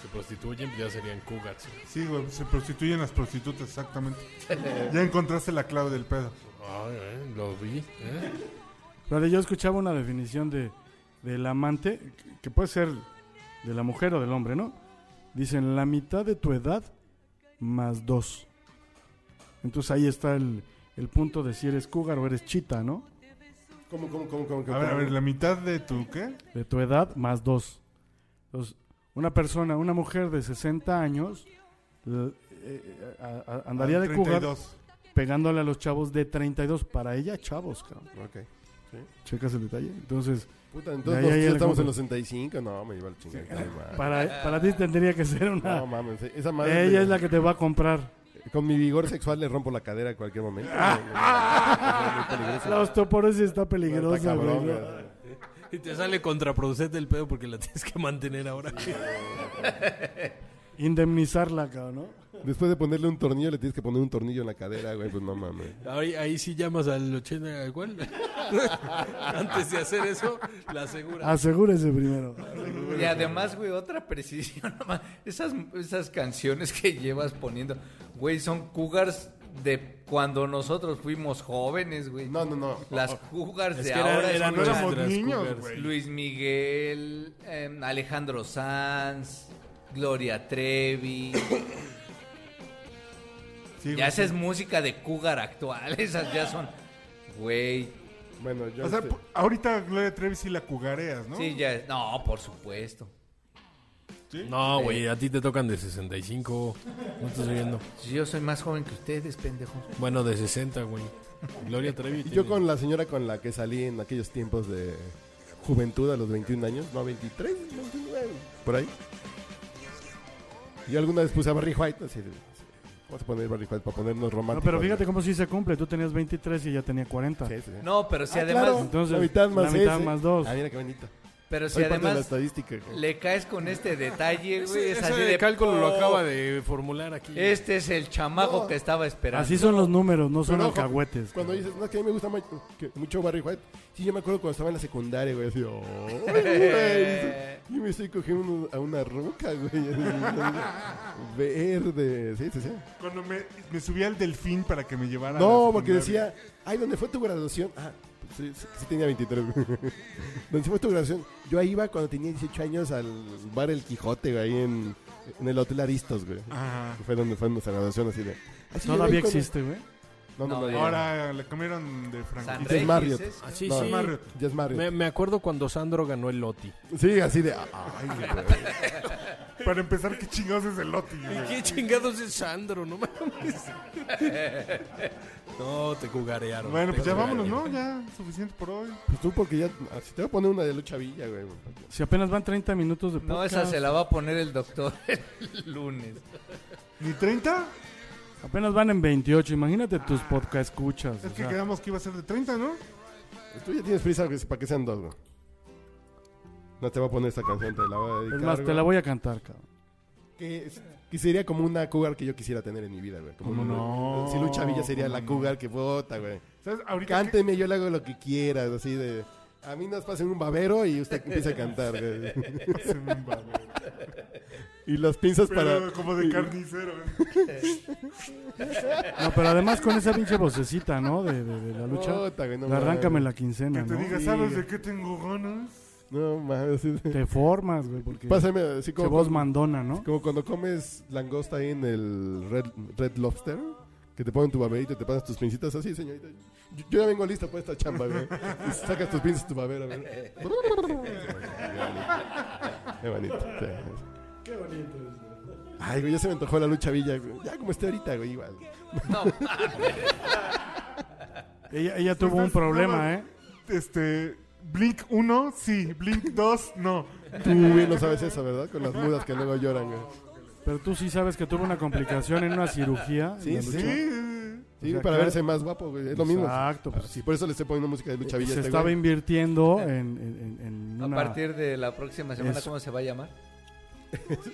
S4: se prostituyen, ya serían cougars.
S1: Sí, güey, se prostituyen las prostitutas, exactamente. Ya encontraste la clave del pedo.
S4: Ay, eh, lo vi. eh.
S6: Vale, yo escuchaba una definición de del amante, que- que puede ser de la mujer o del hombre, ¿no? Dicen la mitad de tu edad más dos. Entonces ahí está el, el punto de si eres cougar o eres chita, ¿no?
S2: ¿Cómo, cómo, cómo, cómo? cómo,
S1: A ver, a
S2: cómo?
S1: ver, la mitad de tu qué?
S6: De tu edad más dos. Entonces, una persona, una mujer de 60 años, l- eh, a- a- andaría
S1: Ah,
S6: de cougar
S1: 32.
S6: pegándole a los chavos de 32. Para ella, chavos, cabrón.
S2: Ok.
S6: Checas el detalle. Entonces,
S2: Puta,
S6: Ya,
S2: entonces
S6: ya,
S2: nosotros
S6: ya,
S2: estamos
S6: ¿cómo?
S2: en los 65. No, me lleva el chingado.
S6: para, para ti tendría que ser una...
S2: No mames, esa madre.
S6: Ella
S2: me-
S6: es la que te va a comprar.
S2: Con mi vigor sexual le rompo la cadera a cualquier momento.
S6: Ah. La osteoporosis está peligrosa, güey.
S2: Ah. cabrón,
S6: ¿no?
S2: güey.
S4: Y te sale contraproducente el pedo porque la tienes que mantener ahora.
S6: Indemnizarla, cabrón, ¿no?
S2: Después de ponerle un tornillo, le tienes que poner un tornillo en la cadera, güey. Pues no mames.
S4: Ahí, ahí sí llamas al 80, ¿al cuál? Antes de hacer eso, la asegura.
S6: Asegúrese primero.
S3: Y además, güey, otra precisión. nomás. Esas, esas canciones que llevas poniendo, güey, son cougars de cuando nosotros fuimos jóvenes, güey.
S2: No, no, no.
S3: Las cougars
S4: Es
S3: de
S4: que era-
S3: ahora
S4: eran
S3: son
S1: No éramos
S4: nuestras
S1: niños,
S4: cougars.
S1: güey.
S3: Luis Miguel, em, Alejandro Sanz, Gloria Trevi.
S1: Sí,
S3: ya
S1: güey.
S3: esa es música de cougar actual. Esas ya son, güey.
S2: Bueno, yo.
S1: O sea,
S2: este-
S1: po- ahorita Gloria Trevi sí la cugareas, ¿no?
S3: Sí, ya. No, por supuesto.
S4: No, güey,
S1: Eh.
S4: a ti te tocan de 65. No estás viendo.
S3: Yo soy más joven que ustedes, pendejos.
S4: Bueno, de 60, güey. Gloria Trevi.
S2: Yo
S4: tiene-
S2: con la señora con la que salí en aquellos tiempos de juventud a los 21 años, no, 23, 29, por ahí. Yo alguna vez puse a Barry White, así de- Vamos a poner Barry White para ponernos
S6: No,
S2: románticos.
S6: pero fíjate cómo sí se cumple. Tú tenías 23 y ella tenía 40.
S2: Sí, sí.
S3: No, pero si
S2: Ah,
S3: además,
S2: claro,
S6: Entonces,
S2: la mitad más
S6: la mitad
S2: ese.
S6: más dos.
S2: Ah, mira qué bonito.
S3: pero si
S2: Soy parte de la
S3: además
S2: estadística.
S3: le caes con este detalle, güey,
S4: Ese,
S3: es
S4: ese
S3: así de
S4: cálculo lo
S3: "Oh,
S4: acaba de formular aquí.
S3: Este es el chamaco que estaba esperando.
S6: Así son los números, no son
S2: Pero ojo,
S6: alcahuetes.
S2: Cuando
S6: cabrón.
S2: dices, no, que a mí me gusta ma- que- mucho Barry White. Sí, yo me acuerdo cuando estaba en la secundaria, güey. Así, oh, güey. Yo me estoy cogiendo uno- a una roca, güey. así, Verde. Sí, sí, sí.
S1: Cuando me, me subí al delfín para que me llevara. a
S2: No,
S1: la
S2: porque
S1: secundaria.
S2: decía, ay, ¿dónde fue tu graduación? Ah, pues sí, sí, sí tenía 23. güey. ¿Dónde fue tu graduación? Yo ahí iba cuando tenía 18 años al bar El Quijote, güey, ahí en, en el Hotel Aristos, güey.
S1: Ajá.
S2: Fue donde fue nuestra graduación, así de. "Ah, sí, yo
S6: Ah. Todavía
S2: ahí cuando-".
S6: existe, güey.
S2: No, no,
S3: No,
S2: no.
S3: ya.
S2: Ahora,
S1: Ahora le cambiaron de
S3: San
S1: franquicia.
S2: Rey.
S3: Regis,
S2: Marriott.
S3: es-
S4: Así
S2: No,
S4: Ah, sí.
S1: Marriott.
S2: ya es Mario.
S4: Me, me acuerdo cuando Sandro ganó el Loti.
S2: Sí, así de. "Ah, Ay, güey.
S1: Para empezar, qué chingados es el Loti.
S4: ¿Y
S1: güey?
S4: qué chingados es Sandro? No mames. No, te cugarearon.
S1: Bueno,
S4: te
S1: pues ya vámonos, ¿no?
S4: cugarearon.
S1: Ya, suficiente por hoy.
S2: Pues tú, porque ya. Si te voy a poner una de lucha villa, güey.
S6: Si apenas van 30 minutos de podcast.
S3: No, esa se la va a poner el doctor el lunes.
S1: ¿Ni 30?
S6: Apenas van en 28. Imagínate tus podcast escuchas.
S1: Es que quedamos que iba a ser de 30, ¿no?
S2: pues Tú ya tienes prisa güey, para que sean dos, güey. No te voy a poner esta canción, te la voy a dedicar.
S6: es más, te
S2: güey.
S6: la voy a cantar, cabrón.
S2: Que, es- que sería como una cougar que yo quisiera tener en mi vida, güey. Como
S1: ¿Cómo
S2: una-
S1: no?
S2: Si lucha villa sería
S1: ¿Cómo
S2: la
S1: no?
S2: cougar que vota, güey.
S1: ¿Sabes? Ahorita. que-
S2: Cánteme, yo le hago lo que quieras, así de. A mí nos pasen un babero y usted empieza a cantar, güey. Y las pinzas
S1: Pero
S2: para.
S1: como de carnicero. ¿eh? güey.
S6: No, pero además con esa pinche vocecita, ¿no? De, de- de la lucha.
S2: Puta, güey, Oh, no
S6: De arráncame
S2: mames.
S6: la quincena,
S1: Que te
S6: Ah, ¿no?
S1: diga, ¿sabes de qué tengo ganas?
S2: No mames. sí.
S6: Te formas, güey, porque
S2: Pásame así
S6: que
S2: como.
S6: voz
S2: con-
S6: mandona, ¿no?
S2: Como cuando comes langosta ahí en el Red, Red Lobster, que te ponen tu baberito y te pasas tus pincitas así, señorita. Yo, yo ya vengo listo para esta chamba, güey. Y Sacas tus pinzas, tu babero, güey. Qué bonito. Qué bonito. Ay, güey, ya se me antojó la lucha villa. güey. Ya como esté ahorita, güey, igual.
S3: No,
S6: Ella, ella tuvo un problema, ¿eh?
S1: Este. Blink 1, sí. Blink 2, no.
S2: Tú bien lo sabes eso, ¿verdad? Con las mudas que luego lloran, güey.
S6: Pero tú sí sabes que tuvo una complicación en una cirugía. en
S2: Sí,
S6: la
S2: sí.
S6: lucha.
S1: Sí.
S2: Sí,
S6: O sea,
S2: para
S6: claro.
S2: verse más guapo, güey. Es lo mismo. Ah,
S6: Exacto, pues.
S2: Sí, por eso le estoy poniendo música de lucha villa. a
S6: se
S2: este
S6: estaba
S2: güey.
S6: invirtiendo en, en- en- en
S3: a
S6: una...
S3: partir de la próxima semana,
S6: Eso.
S3: ¿cómo se va a llamar?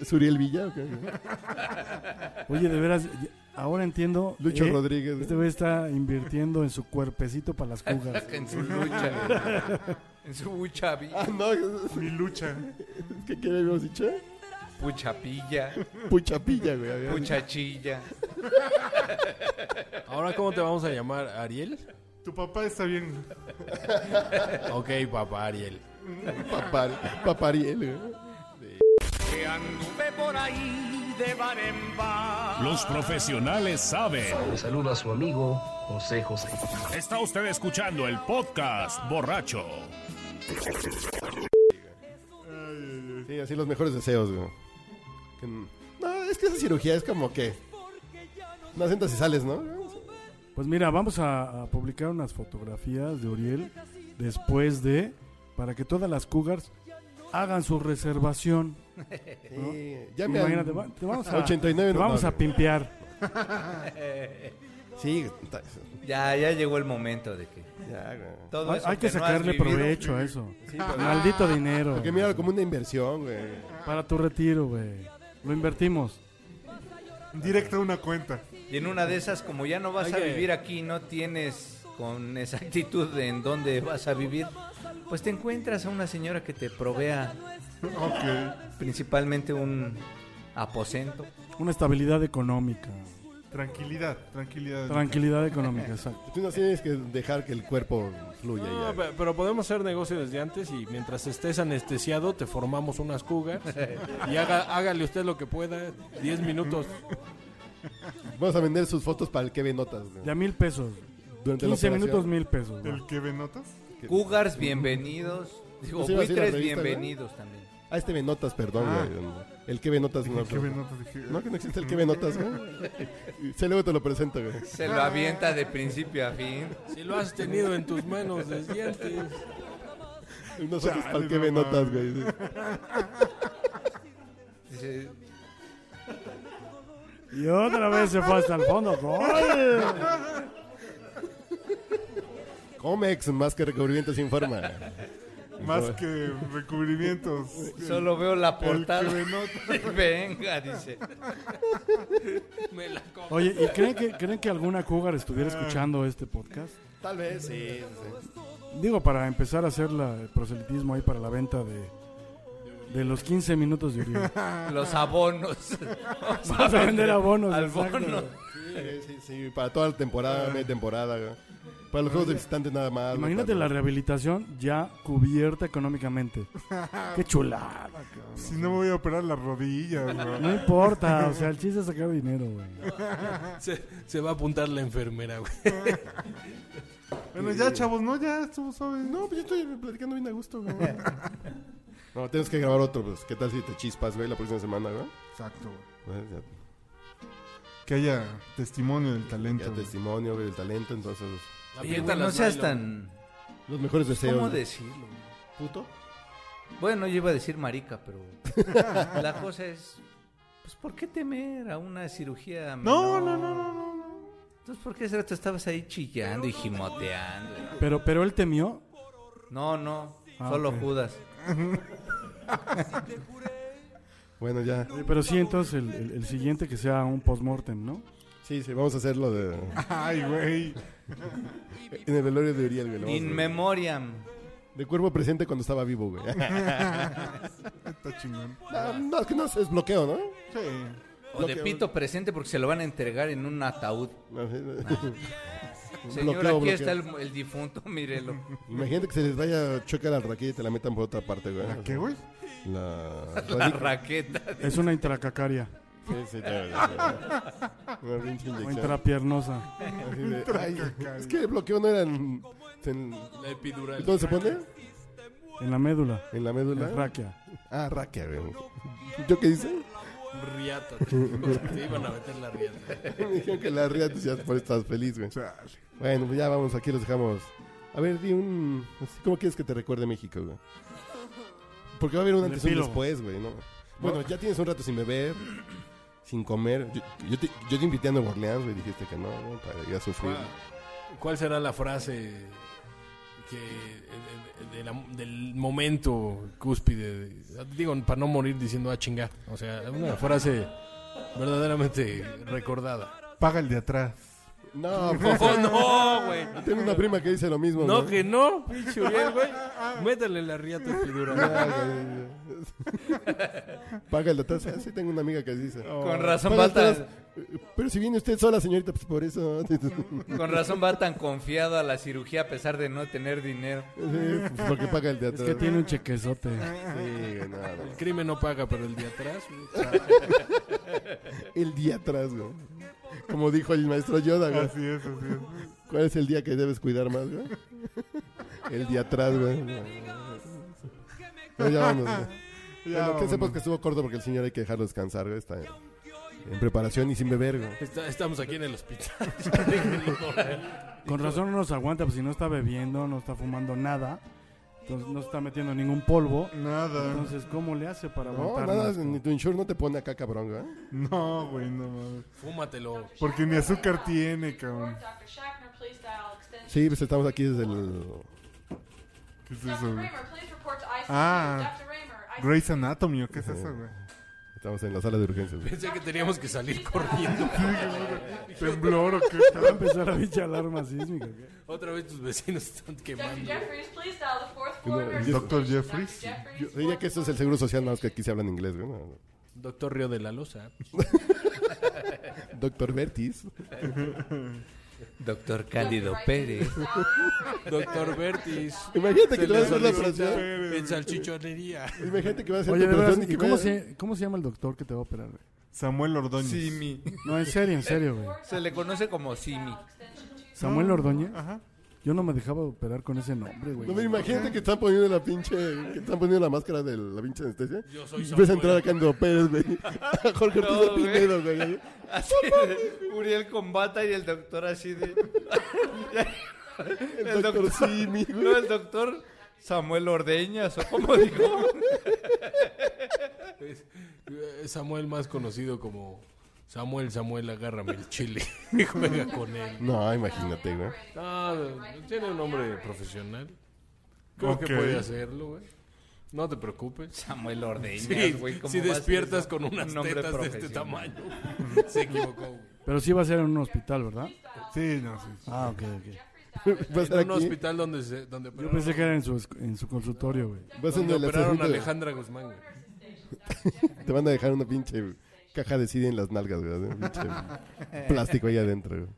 S2: Suriel Villa, ¿o qué, güey?
S6: ¿Eh? Oye, de veras, ya- ahora entiendo...
S2: Lucho
S6: eh,
S2: Rodríguez. güey.
S6: Este güey está invirtiendo en su cuerpecito para las jugas.
S3: En su lucha. en su buchavi,
S2: Ah, no, es-
S1: Mi lucha.
S2: ¿Qué, qué habíamos dicho?
S3: puchapilla,
S2: Puchapilla, güey. había-
S3: puchachilla.
S4: Ahora, ¿cómo te vamos a llamar? ¿Ariel?
S1: Tu papá está bien.
S4: Ok, papá, Ariel.
S2: Papar, papariel, güey.
S7: que anduve por ahí de bar en bar.
S5: Los profesionales saben.
S8: Le saluda a su amigo José José.
S5: Está usted escuchando el podcast borracho.
S2: Sí, así los mejores deseos, güey. Que n- no, es que esa cirugía es como que. No sientas y sales, ¿no?
S6: Pues mira, vamos a, a publicar unas fotografías de Uriel después de, para que todas las cougars hagan su reservación.
S2: Sí, ya me.
S6: Imagínate, va- te vamos a,
S2: 89
S6: te
S2: no,
S6: vamos
S2: no,
S6: a
S2: no.
S6: pimpear.
S2: Sí, ta-
S3: Ya, ya llegó el momento de que
S2: ya, güey.
S3: todo
S6: Hay,
S3: eso
S6: hay
S3: no
S6: que,
S3: has
S6: sacarle
S3: vivido-
S6: provecho eh. a eso.
S2: Sí, pero-
S6: Maldito dinero.
S2: Porque mira, como una inversión, güey.
S6: Para tu retiro, güey. Lo invertimos.
S1: Directo a una cuenta.
S3: Y en una de esas, como ya no vas a
S4: Oye.
S3: vivir aquí, no tienes con exactitud en dónde vas a vivir, pues te encuentras a una señora que te provea
S1: Ok.
S3: principalmente un aposento.
S6: Una estabilidad económica.
S1: Tranquilidad, tranquilidad.
S6: Tranquilidad económica, exacto.
S2: Tú no tienes que dejar que el cuerpo fluya.
S4: No,
S2: ya.
S4: pe- pero, podemos hacer negocio desde antes y mientras estés anestesiado te formamos unas cougars y haga- hágale usted lo que pueda, 10 minutos.
S2: Vamos a vender sus fotos para el que ve notas. güey.
S6: De a mil pesos.
S2: Durante
S6: 15
S2: la operación.
S6: minutos, mil pesos. güey.
S1: ¿El que ve notas?
S3: Cougars, bienvenidos. Digo,
S2: ¿No se iba a decir la
S3: buitres,
S2: revista,
S3: bienvenidos también.
S2: Ah, este ve notas, perdón.
S1: Ah.
S2: güey. El que ve notas. No,
S1: El que ve notas. Dije,
S2: no, que no existe el que ve notas. güey. Sí, luego te lo presento. güey.
S3: Se lo avienta de principio a fin.
S4: Si lo has tenido en tus manos desde antes.
S2: Unas fotos para el
S1: Chale,
S2: que ve
S1: no
S2: notas. güey.
S3: Dice,
S6: Y otra vez se fue hasta el fondo. ¡Gol!
S2: Comex, más que recubrimiento sin forma.
S1: Más que recubrimientos.
S3: Solo veo la
S1: El que
S3: portada.
S1: ve notas.
S3: Y Venga, dice.
S4: Me la co-
S1: Oh,
S6: Oye, ¿y creen que, creen que alguna cougar estuviera escuchando este podcast?
S2: Tal vez, sí.
S6: Digo, para empezar a hacer la- el proselitismo ahí para la venta de, de los 15 minutos de Uriel.
S3: Los abonos.
S6: Vas a vender abonos.
S3: Al
S6: exacto.
S3: bono.
S2: Sí, sí, sí, para toda la temporada, media temporada. güey. Para los juegos de visitantes nada más. güey,
S6: Imagínate la
S2: para-
S6: rehabilitación ya cubierta económicamente. Qué chulada. cabrón.
S1: Si no me voy a operar las rodillas, güey.
S6: No importa, o sea, el chiste es sacar dinero, güey.
S4: se, se va a apuntar la enfermera, güey.
S1: Bueno, ya, chavos, no, ya estuvo suave.
S2: No, pues yo estoy platicando bien a gusto, güey. No, tienes que grabar otro, pues. ¿Qué tal si te chispas, güey, la próxima semana, güey?
S1: Exacto, güey.
S2: Pues, ya-
S1: Que haya testimonio del talento.
S2: Ya
S1: güey.
S2: testimonio, güey, el talento, entonces.
S3: Oye, güey, no seas tan.
S2: Los mejores deseos.
S3: ¿Cómo
S2: güey.
S3: decirlo?
S2: puto?
S3: Bueno, yo iba a decir marica, pero la cosa es, pues, ¿por qué temer a una cirugía?
S1: No,
S3: menor?
S1: no, no, no, no, no.
S3: Entonces, ¿por qué ese rato estabas ahí chillando y gimoteando?
S6: Pero, pero él temió.
S3: No, no,
S6: Ah,
S3: solo
S6: ok.
S3: Judas.
S2: Bueno, ya.
S6: Oye, Eh, Pero sí, entonces el, el- el siguiente que sea un postmortem, ¿no?
S2: Sí, sí, vamos a hacerlo de.
S1: Ay, güey.
S2: En el velorio de Uriel, güey. lo vamos a
S3: In
S2: hacer.
S3: memoriam.
S2: De cuerpo presente cuando estaba vivo, güey.
S1: Está chingón.
S2: no, no, es que no es bloqueo, ¿no?
S1: Sí.
S3: O de pito presente porque se lo van a entregar en un ataúd.
S2: No, sí, no.
S3: Señor,
S2: Bloqueo,
S3: aquí
S2: bloqueo.
S3: está el, el difunto, mírelo.
S2: Imagínate que se les vaya a chocar al raquete y te la metan por otra parte, güey.
S1: ¿A qué, güey?
S2: La.
S3: La raqueta.
S6: Es una intracacaria
S2: Sí, sí, te- Una pinche
S6: o
S2: inyección.
S6: intrapiernosa.
S2: Así de, ay, Es que el bloqueo no era en. en-
S4: La epidural.
S2: ¿Dónde se pone?
S6: en la médula,
S2: En la
S6: en
S2: médula.
S6: la raquia.
S2: Ah, raquia, güey. ¿Yo qué hice?
S4: Riata. Te iban a meter la riata.
S2: Me dijeron que la ría ya por estás feliz, güey.
S1: Chale.
S2: Bueno, pues ya vamos, aquí los dejamos. A ver, di un. así, ¿Cómo quieres que te recuerde México, güey? Porque va a haber un
S6: El
S2: antes y un
S6: epílogo.
S2: después, güey, ¿no? Bueno, ya tienes un rato sin beber, sin comer. Yo, yo te, yo te invité a Nueva Orleans, güey, dijiste que no, güey, para ir a sufrir.
S4: ¿Cuál será la frase que de- de- de la- del momento cúspide? de- Digo, para no morir diciendo ah chinga. O sea, una frase verdaderamente recordada.
S1: Paga el de atrás.
S2: No, pues,
S4: Oh, no, güey.
S2: tengo una prima que dice lo mismo.
S4: No,
S2: güey.
S4: que no, pinche Uriel, güey. Métale la riata a Fidura.
S2: Ah, güey. Paga el dato. Sí, tengo una amiga que dice.
S3: Con
S2: Paga
S3: razón va
S2: el dato.
S3: tan,
S2: Pero si viene usted sola, señorita, pues por eso. Sí,
S3: con razón va tan confiado a la cirugía a pesar de no tener dinero.
S2: pues porque paga el dato.
S6: Es que tiene un chequezote.
S2: Sí, güey, no, no.
S4: El crimen no paga, pero el de atrás. güey.
S2: El día atrás, güey. Como dijo el maestro Yoda, güey.
S1: Así es, así es.
S2: ¿Cuál es el día que debes cuidar más, güey? El día atrás, güey. No, ya vámonos, güey.
S1: Ya,
S2: Bueno, que sepas
S1: vámonos.
S2: que estuvo corto porque el señor hay que dejarlo descansar, güey. Está en preparación y sin beber, güey.
S4: Está- estamos aquí en el hospital.
S6: Con razón no nos aguanta, pues si no está bebiendo, no está fumando nada, entonces no está metiendo ningún polvo.
S1: Nada.
S6: Entonces, ¿cómo le hace para
S2: No,
S6: aguantar?
S2: nada,
S6: más?
S2: ni tu insure no te pone acá, cabrón, güey.
S1: No, güey, no mames.
S4: Fúmatelo.
S1: Porque ni azúcar tiene, cabrón.
S9: Dr. Shackner, please dial extension.
S2: Sí, pues estamos aquí desde el...
S1: ¿Qué es
S9: Dr.
S1: eso, güey?
S9: Raymer, please report to ICU.
S1: Ah.
S9: Dr. Raymer, ICU.
S1: Grey's Anatomy, ¿o qué es eso, güey?
S2: Estamos en la sala de urgencias, güey.
S4: Pensé que teníamos que salir corriendo.
S1: ¿Temblor o qué?
S6: Va a empezar la pinche alarma sísmica. ¿qué?
S4: Otra vez tus vecinos están
S9: Dr.
S4: quemando.
S9: Jeffries, please dial the fourth
S2: No,
S9: floor. emergency
S2: yo-
S1: Dr.
S9: station.
S1: Jeffries.
S9: Dr. Jeffries,
S2: Yo diría que esto es el Seguro Social, nada más que aquí se habla en inglés, güey. No,
S4: Doctor Río de la Loza.
S2: no. Doctor Vertis.
S3: Doctor
S9: Dr.
S3: Cándido
S9: Raymer,
S3: Pérez.
S9: please dial-
S4: Doctor Vertis.
S2: Imagínate
S4: Se
S2: que
S4: le
S2: te vas a hacer la
S4: solicita
S2: operación.
S4: En salchichonería.
S2: Imagínate que vas a hacer
S6: Oye,
S2: tu
S6: de veras,
S2: operación
S6: ¿y
S2: que
S6: cómo
S2: vaya-
S6: se, cómo se llama el doctor que te va a operar? güey?
S1: Samuel Ordóñez.
S3: Simi.
S6: No, en serio, en serio, güey.
S3: Se le conoce como Simi.
S6: Samuel Ordóñez,
S1: Ajá.
S6: yo no me dejaba operar con ese nombre, güey.
S2: No, me imagínate que están poniendo la pinche... Que están poniendo la máscara de la pinche anestesia.
S4: Yo soy
S2: y ves a
S4: Samuel.
S2: entrar acá en Pérez, güey. A Jorge Ortiz de
S3: No, güey.
S2: Pinedo, güey.
S3: Así de- Uriel con bata y el doctor así de.
S2: El doctor Simi, güey.
S3: No, el doctor Samuel Ordeñas, o como dijo.
S4: Eh, Samuel más conocido como Samuel, Samuel, agárrame el chile y juega con él.
S2: No, imagínate, güey.
S4: No, tiene un nombre profesional. Creo
S1: Ok.
S4: que puede hacerlo, güey. No te preocupes.
S3: Samuel
S4: Sí,
S3: Ordeñas, güey. ¿cómo
S4: si
S3: va a ser
S4: despiertas
S3: eso?
S4: con unas
S3: Un hombre
S4: tetas de este
S3: profesional.
S4: tamaño, se equivocó. güey.
S6: Pero sí va a ser en un hospital, ¿verdad?
S1: Sí, no, sí. sí.
S6: Ah, ok, ok.
S2: Va a estar
S4: En un
S2: aquí.
S4: hospital donde se, donde
S6: Yo
S4: operaron,
S6: pensé que era en su, esc- en su consultorio, güey.
S2: Vas en
S4: donde
S2: el
S4: operaron a
S2: asunto de-
S4: Alejandra Guzmán. güey.
S2: Te van a dejar una pinche caja de CD en las nalgas, güey. Un pinche plástico ahí adentro, güey.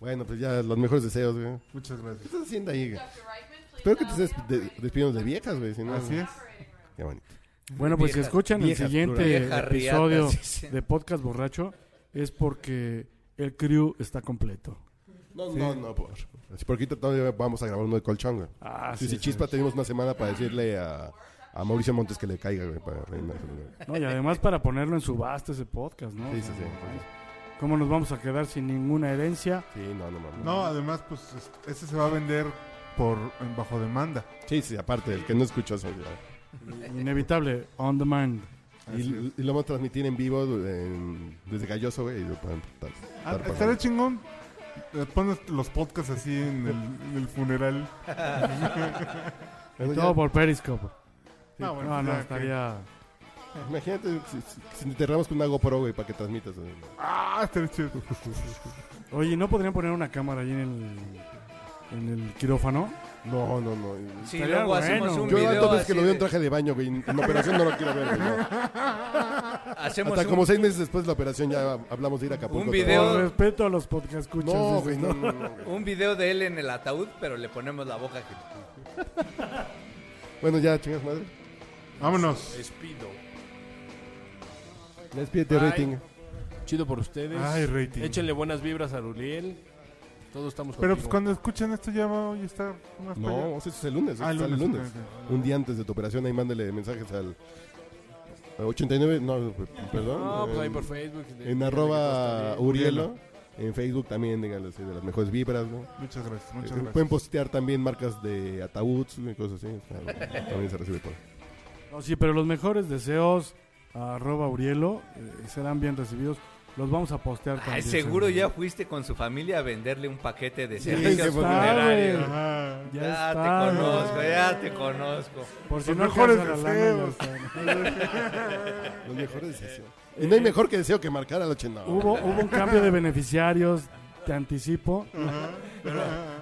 S2: Bueno, pues ya los mejores deseos, güey.
S1: Muchas
S2: ¿Qué
S1: gracias.
S2: estás haciendo ahí, güey?
S9: Dr. Reichman, please
S2: Espero que te
S9: dial the
S2: estés de- despidiendo de viejas, güey. Si
S4: ¿Ah,
S2: no,
S1: Así es.
S9: operating room.
S2: Qué bonito.
S6: Bueno, pues si
S3: Viejas-
S6: escuchan el
S2: viejas,
S6: siguiente
S3: plural. Viejas
S6: episodio
S3: riatas, dicen.
S6: de Podcast Borracho es porque el crew está completo.
S2: No, no, no, por. Si por aquí todavía vamos a grabar uno de colchón, güey.
S6: Ah,
S2: Sí, si chispa, tenemos una semana para decirle a, a Mauricio Montes que le caiga, güey. Para reinárselo, güey.
S6: No, y además para ponerlo en subasta ese podcast, ¿no?
S2: Sí, sí, sí.
S6: ¿Cómo nos vamos a quedar sin ninguna herencia?
S2: Sí, no, no, mames.
S1: No, además, pues, es- este se va a vender por en bajo demanda.
S2: Sí, sí, aparte, el que no escuchó eso, güey.
S6: Inevitable, on demand.
S2: Y, y lo vamos a transmitir en vivo en- desde Galloso, güey. Y lo pueden estar-
S1: Ah,
S2: estar
S1: Estaría chingón. eh, Pones los podcasts así en el, en el funeral.
S2: pagando.
S6: Todo por Periscope. Sí,
S1: No,
S6: no,
S1: bueno,
S6: no,
S1: ya que-
S6: estaría...
S2: Imagínate si, si- si te enterramos con una GoPro, güey, para que transmitas. güey.
S1: Ah, estaría chido.
S6: Oye, ¿no podrían poner una cámara ahí en el, en el quirófano?
S2: No, no, no.
S3: Si
S6: Estaría
S3: luego hacemos
S6: bueno.
S3: un
S2: Yo la
S3: video.
S2: otra vez que
S3: así
S2: lo veo en
S3: de-
S2: traje de baño, güey. En en operación no lo quiero ver, güey. no.
S3: Hacemos
S2: Hasta
S3: un,
S2: como seis meses después de la operación ya hablamos de ir a Acapulco.
S3: Un
S2: otra vez.
S3: video.
S6: Por respeto a los podcast escuchas.
S2: No, güey, no, no, no, güey.
S3: un video de él en el ataúd, pero le ponemos la boca aquí.
S2: Bueno, ya, chingas madre.
S1: Vámonos.
S4: Despido.
S2: Despídete,
S4: Bye.
S2: rating.
S4: Chido por ustedes.
S1: Ay, rating.
S4: Échenle buenas vibras a Ruliel. Todos estamos
S1: Pero pues
S4: contigo.
S1: cuando escuchen esto ya va, ya está más para allá.
S2: No, o sea, eso es el lunes.
S1: Ah,
S2: sale Pues el
S1: lunes,
S2: lunes.
S1: ok,
S2: Un día antes de tu operación, ahí mándale mensajes al. al 89, no, perdón.
S4: No, pues ahí
S2: en-
S4: por Facebook. de-
S2: En
S4: de-
S2: arroba
S4: de-
S2: Urielo. En Facebook también, díganle, así, de las mejores vibras, ¿no?
S1: Muchas gracias,
S2: Eh,
S1: muchas gracias.
S2: Pueden postear también marcas de ataúds y cosas así. o sea, también se recibe por.
S6: No, sí, pero los mejores deseos a arroba Urielo eh, serán bien recibidos. Los vamos a postear
S3: Ay,
S6: también.
S3: seguro ya fuiste con su familia a venderle un paquete de
S2: sí,
S3: servicios
S2: porque-
S3: funerarios.
S6: Está,
S1: Ajá.
S2: Ah,
S6: Ya,
S3: Ya te
S6: está.
S3: conozco, ya te conozco.
S6: Por si
S1: Los
S6: no
S1: mejores
S6: alcanza la lana,
S1: deseos.
S6: ya está.
S2: Los mejores deseos. Y no hay mejor que deseo que marcar al 80.
S6: Hubo, hubo un cambio de beneficiarios. te anticipo.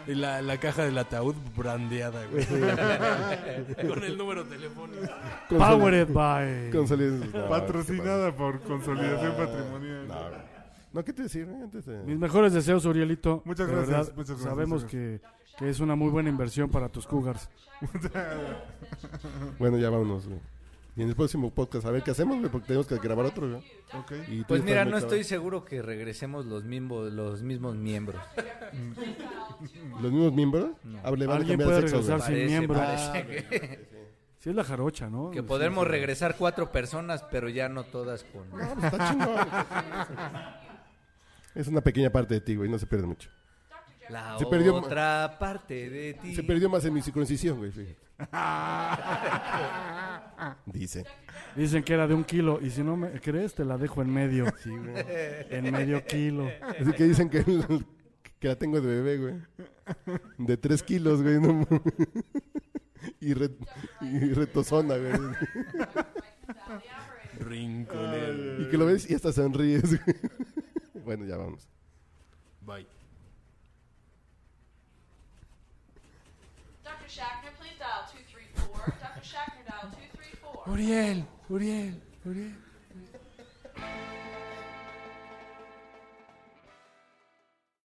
S4: Y la, la caja del ataúd brandeada, güey. Con el número telefónico.
S6: Powered by.
S2: Consolidación. No,
S1: Patrocinada por Consolidación
S2: Ah,
S1: Patrimonial.
S2: qué padre. No, no, ¿qué te decir? eh? Antes de-
S6: Mis mejores deseos, Urielito.
S1: Muchas
S6: De
S1: gracias,
S6: verdad,
S1: muchas gracias,
S6: Sabemos
S1: muchas
S6: que, que es una muy buena inversión para tus cougars.
S2: Bueno, ya vámonos, güey. Y en el próximo podcast, a ver qué hacemos, güey, porque tenemos que grabar otro, güey.
S1: Ok.
S2: Y tú
S3: Pues
S2: estás
S3: mira,
S2: muy
S3: no
S2: cabrón.
S3: estoy seguro que regresemos los mismos, los mismos miembros.
S2: ¿Los mismos miembros? Ah, le van a
S6: Alguien
S2: cambiar
S6: puede
S2: de sexo, güey.
S6: regresar sin
S3: Parece,
S6: miembro.
S3: parece que,
S6: Sí, es la jarocha, ¿no?
S3: que podremos regresar cuatro personas, pero ya no todas con...
S2: No, pues está chingón. Es una pequeña parte de ti, güey, no se pierde mucho.
S3: La
S2: Se perdió-
S3: otra parte de ti.
S2: Se perdió más en mi circuncisión, güey, fíjate. Dice.
S6: Dicen que era de un kilo. Y si no me crees, te la dejo en medio. En medio kilo.
S2: Así que dicen que, que la tengo de bebé, güey. De tres kilos, güey. no mames. y, re- y retozona, güey.
S4: Rinconel.
S2: Y que lo ves y hasta sonríes, güey. Bueno, ya vamos.
S4: Bye.
S9: Dr. Shackner, please dial 234. Dr. Shackner, dial 234.
S4: Uriel, Uriel, Uriel.